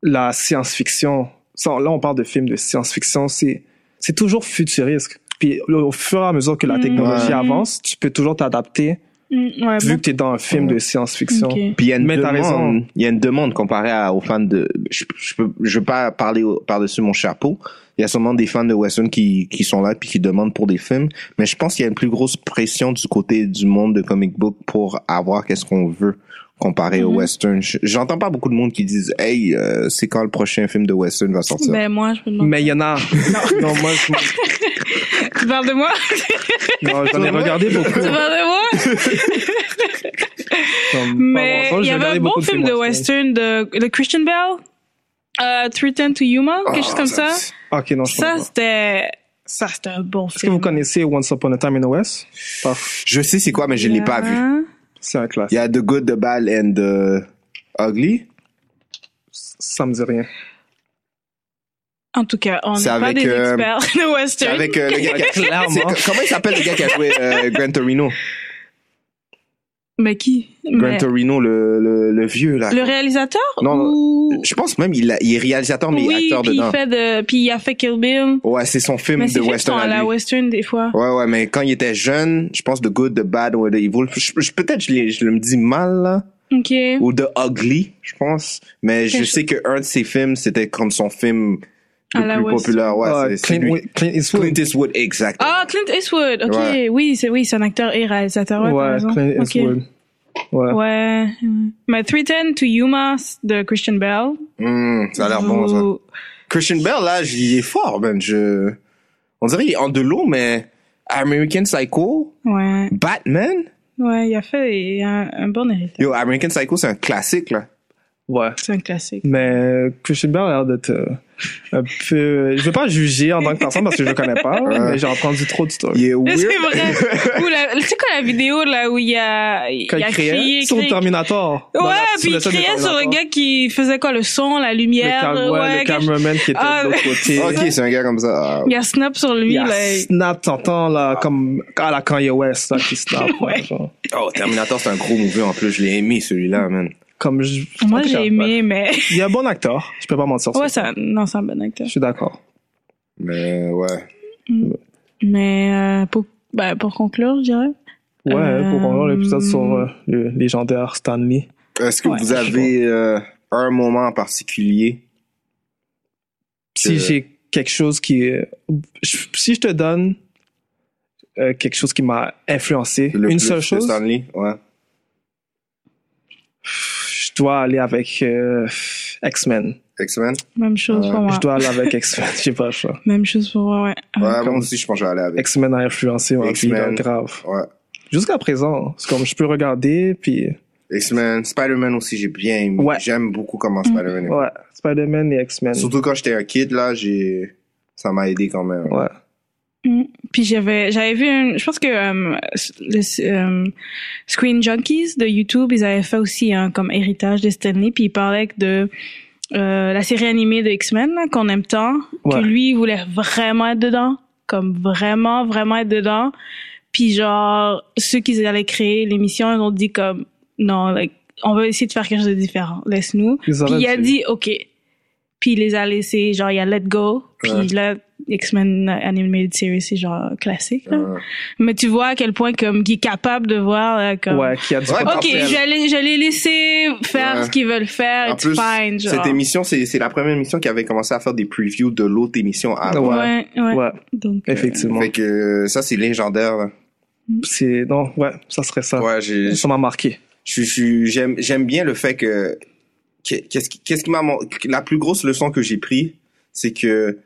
Speaker 5: la science-fiction. Ça, Là, on parle de films de science-fiction, c'est c'est toujours futuriste. Puis le- au fur et à mesure que la
Speaker 4: Mm.
Speaker 5: technologie
Speaker 6: Ouais.
Speaker 5: avance, tu peux toujours t'adapter
Speaker 4: Mm, ouais,
Speaker 5: vu
Speaker 4: bon.
Speaker 5: que tu es dans un film de science-fiction.
Speaker 4: Ok.
Speaker 6: Puis il y a une
Speaker 5: Mais t'as raison.
Speaker 6: demande, il y a une demande comparée à, aux fans de, je, je peux, je veux pas parler au- par-dessus mon chapeau. Il y a sûrement des fans de Western qui, qui sont là puis qui demandent pour des films. Mais je pense qu'il y a une plus grosse pression du côté du monde de comic book pour avoir qu'est-ce qu'on veut comparé au
Speaker 4: Mhm.
Speaker 6: Western. Je- J'entends pas beaucoup de monde qui disent, hey, euh, c'est quand le prochain film de Western va sortir?
Speaker 4: Ben moi, je me demande.
Speaker 5: Mais il y en a. Non, moi, je-
Speaker 4: Tu parles de moi
Speaker 5: non, j'en ai regardé beaucoup.
Speaker 4: Tu parles de moi
Speaker 5: comme-
Speaker 4: Mais
Speaker 5: Pardon,
Speaker 4: il y
Speaker 5: j'ai
Speaker 4: avait
Speaker 5: regardé
Speaker 4: un bon
Speaker 5: beaucoup de
Speaker 4: film
Speaker 5: films
Speaker 4: de
Speaker 6: hein.
Speaker 4: western de, de Christian Bell, euh, Three Ten to Yuma, quelque
Speaker 6: Ah,
Speaker 4: chose comme ça.
Speaker 5: Ok, non, je
Speaker 4: Ça
Speaker 5: comprends pas.
Speaker 4: c'était, ça c'était un bon
Speaker 5: Est-ce que
Speaker 4: film.
Speaker 5: vous connaissez Once Upon a Time in the West? Par-
Speaker 6: Je sais c'est quoi, mais je l'ai pas vu.
Speaker 4: Euh,
Speaker 5: C'est un classique.
Speaker 6: Il y a The Good, The Bad and The Ugly.
Speaker 5: Ça me dit rien.
Speaker 4: En tout cas, on n'est
Speaker 6: C'est
Speaker 4: pas
Speaker 6: avec,
Speaker 4: des
Speaker 6: euh,
Speaker 4: experts de
Speaker 6: C'est
Speaker 4: western.
Speaker 6: avec euh, le gars qui a-
Speaker 5: Clairement.
Speaker 6: c'est- comment il s'appelle le gars qui a joué euh, Gran Torino?
Speaker 4: Mais qui
Speaker 6: Gran
Speaker 4: Mais-
Speaker 6: Torino, le, le, le vieux, là.
Speaker 4: Le réalisateur
Speaker 6: Non, non,
Speaker 4: ou...
Speaker 6: Je pense même il, a- il est réalisateur, mais il est
Speaker 4: oui,
Speaker 6: acteur
Speaker 4: puis il
Speaker 6: dedans.
Speaker 4: fait de, puis il a fait Kill Bill.
Speaker 6: Ouais, c'est son film
Speaker 4: Mais
Speaker 6: de
Speaker 4: c'est fait
Speaker 6: western
Speaker 4: à
Speaker 6: à
Speaker 4: la
Speaker 6: lui.
Speaker 4: western des fois.
Speaker 6: Ouais, ouais, mais quand il était jeune, je pense The Good, The Bad ou The Evil. Je, je- Peut-être je, l'ai- je le me dis mal, là.
Speaker 4: Ok.
Speaker 6: Ou The Ugly, je pense. Mais je
Speaker 4: Quelque-
Speaker 6: sais que un de ses films, c'était comme son film
Speaker 4: À
Speaker 6: le
Speaker 4: la
Speaker 6: plus
Speaker 4: western.
Speaker 6: populaire. Ouais,
Speaker 5: Ah,
Speaker 6: c'est- c'est
Speaker 5: Clint,
Speaker 6: lui.
Speaker 5: Clint Eastwood.
Speaker 6: Clint Eastwood, exact.
Speaker 4: Ah, Clint Eastwood. Ok,
Speaker 6: Ouais.
Speaker 4: oui, c'est oui, c'est un acteur et réalisateur. Ouais, t'as
Speaker 5: Ouais,
Speaker 4: raison.
Speaker 5: Clint
Speaker 4: Ok.
Speaker 5: Eastwood. Ouais.
Speaker 4: Ouais. My 310 to Yuma de Christian Bell.
Speaker 6: Hum, ça a l'air bon, ça.
Speaker 4: Vous-
Speaker 6: Christian Bell, là, j- il est fort, man. Je... On dirait qu'il est en de l'eau, mais American Psycho,
Speaker 4: Ouais,
Speaker 6: Batman.
Speaker 4: ouais, il a fait il a un, un bon héritage.
Speaker 6: Yo, American Psycho, c'est un classique, là.
Speaker 5: Ouais.
Speaker 4: C'est un classique.
Speaker 5: Mais Christian Bale a l'air d'être euh, un peu. Je veux pas juger en tant que personne parce que je le connais pas,
Speaker 6: Ouais.
Speaker 5: mais j'ai entendu trop de stories.
Speaker 6: Il est weird.
Speaker 4: C'est vrai. Ou la, tu sais quoi la vidéo là où il y a, il
Speaker 5: Quand
Speaker 4: y
Speaker 5: il
Speaker 4: a
Speaker 5: criait sur
Speaker 4: crié-
Speaker 5: Terminator. dans
Speaker 4: Ouais,
Speaker 5: la-
Speaker 4: puis
Speaker 5: le
Speaker 4: il
Speaker 5: set de
Speaker 4: criait sur le
Speaker 5: Terminator.
Speaker 4: gars qui faisait quoi, le son, la
Speaker 5: Le,
Speaker 4: lumière,
Speaker 5: cam- ouais, le
Speaker 4: ouais, quelque-
Speaker 5: cameraman qui était
Speaker 4: Ah,
Speaker 5: de l'autre côté.
Speaker 6: Ok, c'est un gars comme ça. Ah,
Speaker 4: Il y a snap sur
Speaker 5: Il
Speaker 4: lui,
Speaker 5: y a
Speaker 4: là.
Speaker 5: Snap, t'entends là, comme à la Kanye West là, qui snap.
Speaker 4: Ouais.
Speaker 5: là, genre.
Speaker 6: Oh, Terminator, c'est un gros movie en plus. Je l'ai aimé, celui-là, man.
Speaker 5: Comme je- en
Speaker 4: Moi,
Speaker 5: tout cas,
Speaker 4: j'ai aimé, mais.
Speaker 5: ouais. Il est un bon acteur, je peux pas mentir. sur
Speaker 4: Ouais,
Speaker 5: ça.
Speaker 4: ça, non, c'est un bon acteur.
Speaker 5: Je suis d'accord.
Speaker 6: Mais ouais.
Speaker 4: Mais, euh, pour, ben, pour conclure, je dirais.
Speaker 5: Ouais,
Speaker 4: Euh,
Speaker 5: pour conclure l'épisode sur euh, le légendaire Stanley.
Speaker 6: Est-ce que
Speaker 4: Ouais,
Speaker 6: vous
Speaker 4: je
Speaker 6: avez euh, un moment en particulier?
Speaker 5: si
Speaker 6: Euh,
Speaker 5: j'ai quelque chose qui est- je- si je te donne euh, quelque chose qui m'a influencé
Speaker 6: Le
Speaker 5: une
Speaker 6: plus
Speaker 5: seule
Speaker 6: de
Speaker 5: chose
Speaker 6: Stanley? Ouais.
Speaker 5: je dois aller avec euh, X-Men
Speaker 6: X-Men?
Speaker 4: Même chose
Speaker 6: Ouais,
Speaker 4: pour moi.
Speaker 5: je dois aller avec X-Men j'ai pas le choix
Speaker 4: Même chose pour moi, ouais.
Speaker 6: Ouais,
Speaker 4: Euh,
Speaker 6: moi
Speaker 5: comme-
Speaker 6: aussi, je pense que je vais aller avec.
Speaker 5: X-Men a influencé ma vie
Speaker 6: X-Men.
Speaker 5: là, grave
Speaker 6: Ouais.
Speaker 5: jusqu'à présent c'est comme je peux regarder puis
Speaker 6: X-Men, Spider-Man aussi, j'ai bien aimé.
Speaker 5: Ouais.
Speaker 6: J'aime beaucoup comment Spider-Man est.
Speaker 5: ouais Spider-Man et X-Men
Speaker 6: Surtout quand j'étais un kid, là, j'ai. Ça m'a aidé quand même.
Speaker 5: ouais
Speaker 4: Mm. Puis j'avais j'avais vu une, je pense que euh, le euh, Screen Junkies de YouTube ils avaient fait aussi un comme héritage de Stanley puis ils parlaient de euh, la série animée de X-Men là, qu'on aime tant
Speaker 5: Ouais.
Speaker 4: que lui il voulait vraiment être dedans comme vraiment vraiment être dedans puis genre ceux qui allaient créer l'émission ils ont dit comme non like, on veut essayer de faire quelque chose de différent laisse-nous
Speaker 5: Ils
Speaker 4: puis
Speaker 5: arrêtent,
Speaker 4: il a
Speaker 5: c'est-
Speaker 4: dit OK. Puis il les a laissés, genre il a Let Go. Puis
Speaker 6: Ouais.
Speaker 4: là, X-Men Animated Series, c'est genre classique. là.
Speaker 6: Ouais.
Speaker 4: Mais tu vois à quel point comme il est capable de voir là, comme.
Speaker 5: Ouais, qui a du
Speaker 6: Ouais,
Speaker 5: potentiel.
Speaker 4: Ok, je les, je les laisser faire
Speaker 6: Ouais.
Speaker 4: ce qu'ils veulent faire.
Speaker 6: En
Speaker 4: it's
Speaker 6: plus,
Speaker 4: fine, genre.
Speaker 6: cette émission, c'est c'est la première émission qui avait commencé à faire des previews de l'autre émission avant.
Speaker 5: Ouais.
Speaker 4: Ouais, ouais.
Speaker 5: Ouais,
Speaker 4: Donc, euh,
Speaker 5: effectivement.
Speaker 6: Fait que euh, ça, c'est légendaire. là.
Speaker 5: C'est, non, ouais, ça serait ça.
Speaker 6: Ouais, j'ai-
Speaker 5: Ça m'a marqué.
Speaker 6: je- je- j'aime j'aime bien le fait que que- qu'est-ce qui qu'est-ce qui m'a mon- la plus grosse leçon que j'ai pris, c'est que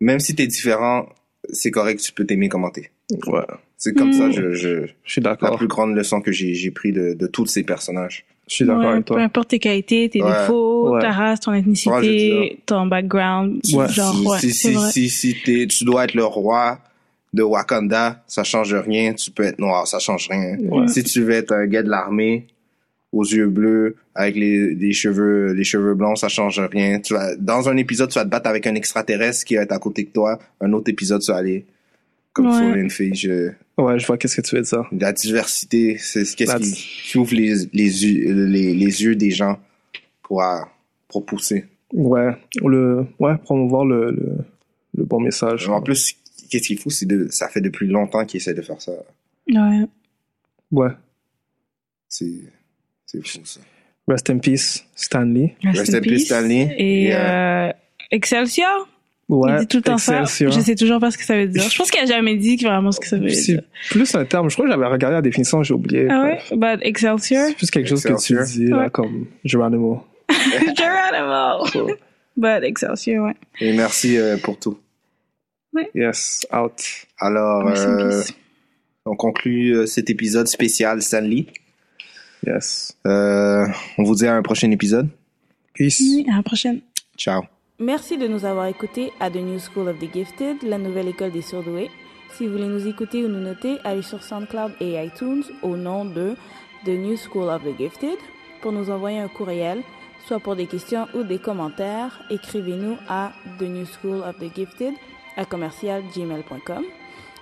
Speaker 6: même si t'es différent, c'est correct, tu peux t'aimer commenter.
Speaker 5: Ouais,
Speaker 6: C'est comme
Speaker 4: Mm.
Speaker 6: ça, je, je
Speaker 5: je suis
Speaker 6: la
Speaker 5: d'accord.
Speaker 6: plus grande leçon que j'ai j'ai pris de de tous ces personnages.
Speaker 5: Je suis d'accord
Speaker 4: ouais,
Speaker 5: avec
Speaker 4: Peu
Speaker 5: toi.
Speaker 4: importe tes qualités, tes
Speaker 6: Ouais,
Speaker 4: défauts,
Speaker 5: ouais.
Speaker 4: ta race, ton
Speaker 6: Ouais, j'ai
Speaker 4: ethnicité, ton background.
Speaker 5: Ouais.
Speaker 4: Genre, ouais,
Speaker 6: si,
Speaker 4: c'est
Speaker 6: si,
Speaker 4: vrai.
Speaker 6: si, si t'es- tu dois être le roi de Wakanda, ça change rien. Tu peux être noir, ça change rien.
Speaker 5: Ouais.
Speaker 6: Si tu veux être un gars de l'armée, aux yeux bleus, avec les, les cheveux, les cheveux blancs, ça change rien. Tu vas, dans un épisode, tu vas te battre avec un extraterrestre qui va être à côté de toi. Un autre épisode, tu vas aller comme
Speaker 4: Ouais.
Speaker 6: sur une fille. Je-
Speaker 5: Ouais, je vois qu'est-ce que tu veux dire.
Speaker 6: la diversité, c'est ce qu'est-ce
Speaker 5: La
Speaker 6: qui,
Speaker 5: di-
Speaker 6: qui ouvre les, les, yeux- les, les yeux des gens pour, euh, pour pousser.
Speaker 5: Ouais, le, ouais, promouvoir le, le, le bon message.
Speaker 6: En plus, qu'est-ce qu'il faut, c'est de, ça fait depuis longtemps qu'ils essaient de faire ça.
Speaker 4: Ouais.
Speaker 5: Ouais.
Speaker 6: C'est, c'est fou, ça.
Speaker 5: Rest in peace, Stanley.
Speaker 6: Rest in peace, Stanley.
Speaker 4: Et
Speaker 6: Yeah.
Speaker 4: euh, Excelsior.
Speaker 5: Ouais.
Speaker 4: il dit tout le temps
Speaker 5: Excelsior.
Speaker 4: ça. Je sais toujours pas ce que ça veut dire. Je pense qu'il a jamais dit vraiment ce que ça veut dire.
Speaker 5: C'est plus un terme. Je crois que j'avais regardé la définition, j'ai oublié.
Speaker 4: Ah ouais? But Excelsior?
Speaker 5: C'est plus quelque chose que tu
Speaker 6: Excelsior.
Speaker 5: dis, là,
Speaker 4: Ouais.
Speaker 5: comme Geronimo.
Speaker 4: Geronimo!
Speaker 5: So,
Speaker 4: But Excelsior, ouais.
Speaker 6: Et merci euh, pour tout.
Speaker 5: yes, out.
Speaker 6: Alors,
Speaker 4: Rest in
Speaker 6: euh,
Speaker 4: peace.
Speaker 6: on conclut euh, cet épisode spécial Stanley.
Speaker 5: Yes.
Speaker 6: Euh, on vous dit à un prochain épisode.
Speaker 5: Peace.
Speaker 4: Oui, à la prochaine.
Speaker 6: Ciao.
Speaker 7: Merci de nous avoir écoutés à The New School of the Gifted, la nouvelle école des surdoués. Si vous voulez nous écouter ou nous noter, allez sur SoundCloud et iTunes au nom de The New School of the Gifted pour nous envoyer un courriel, soit pour des questions ou des commentaires. Écrivez-nous à The New School of the Gifted à commercialgmail.com.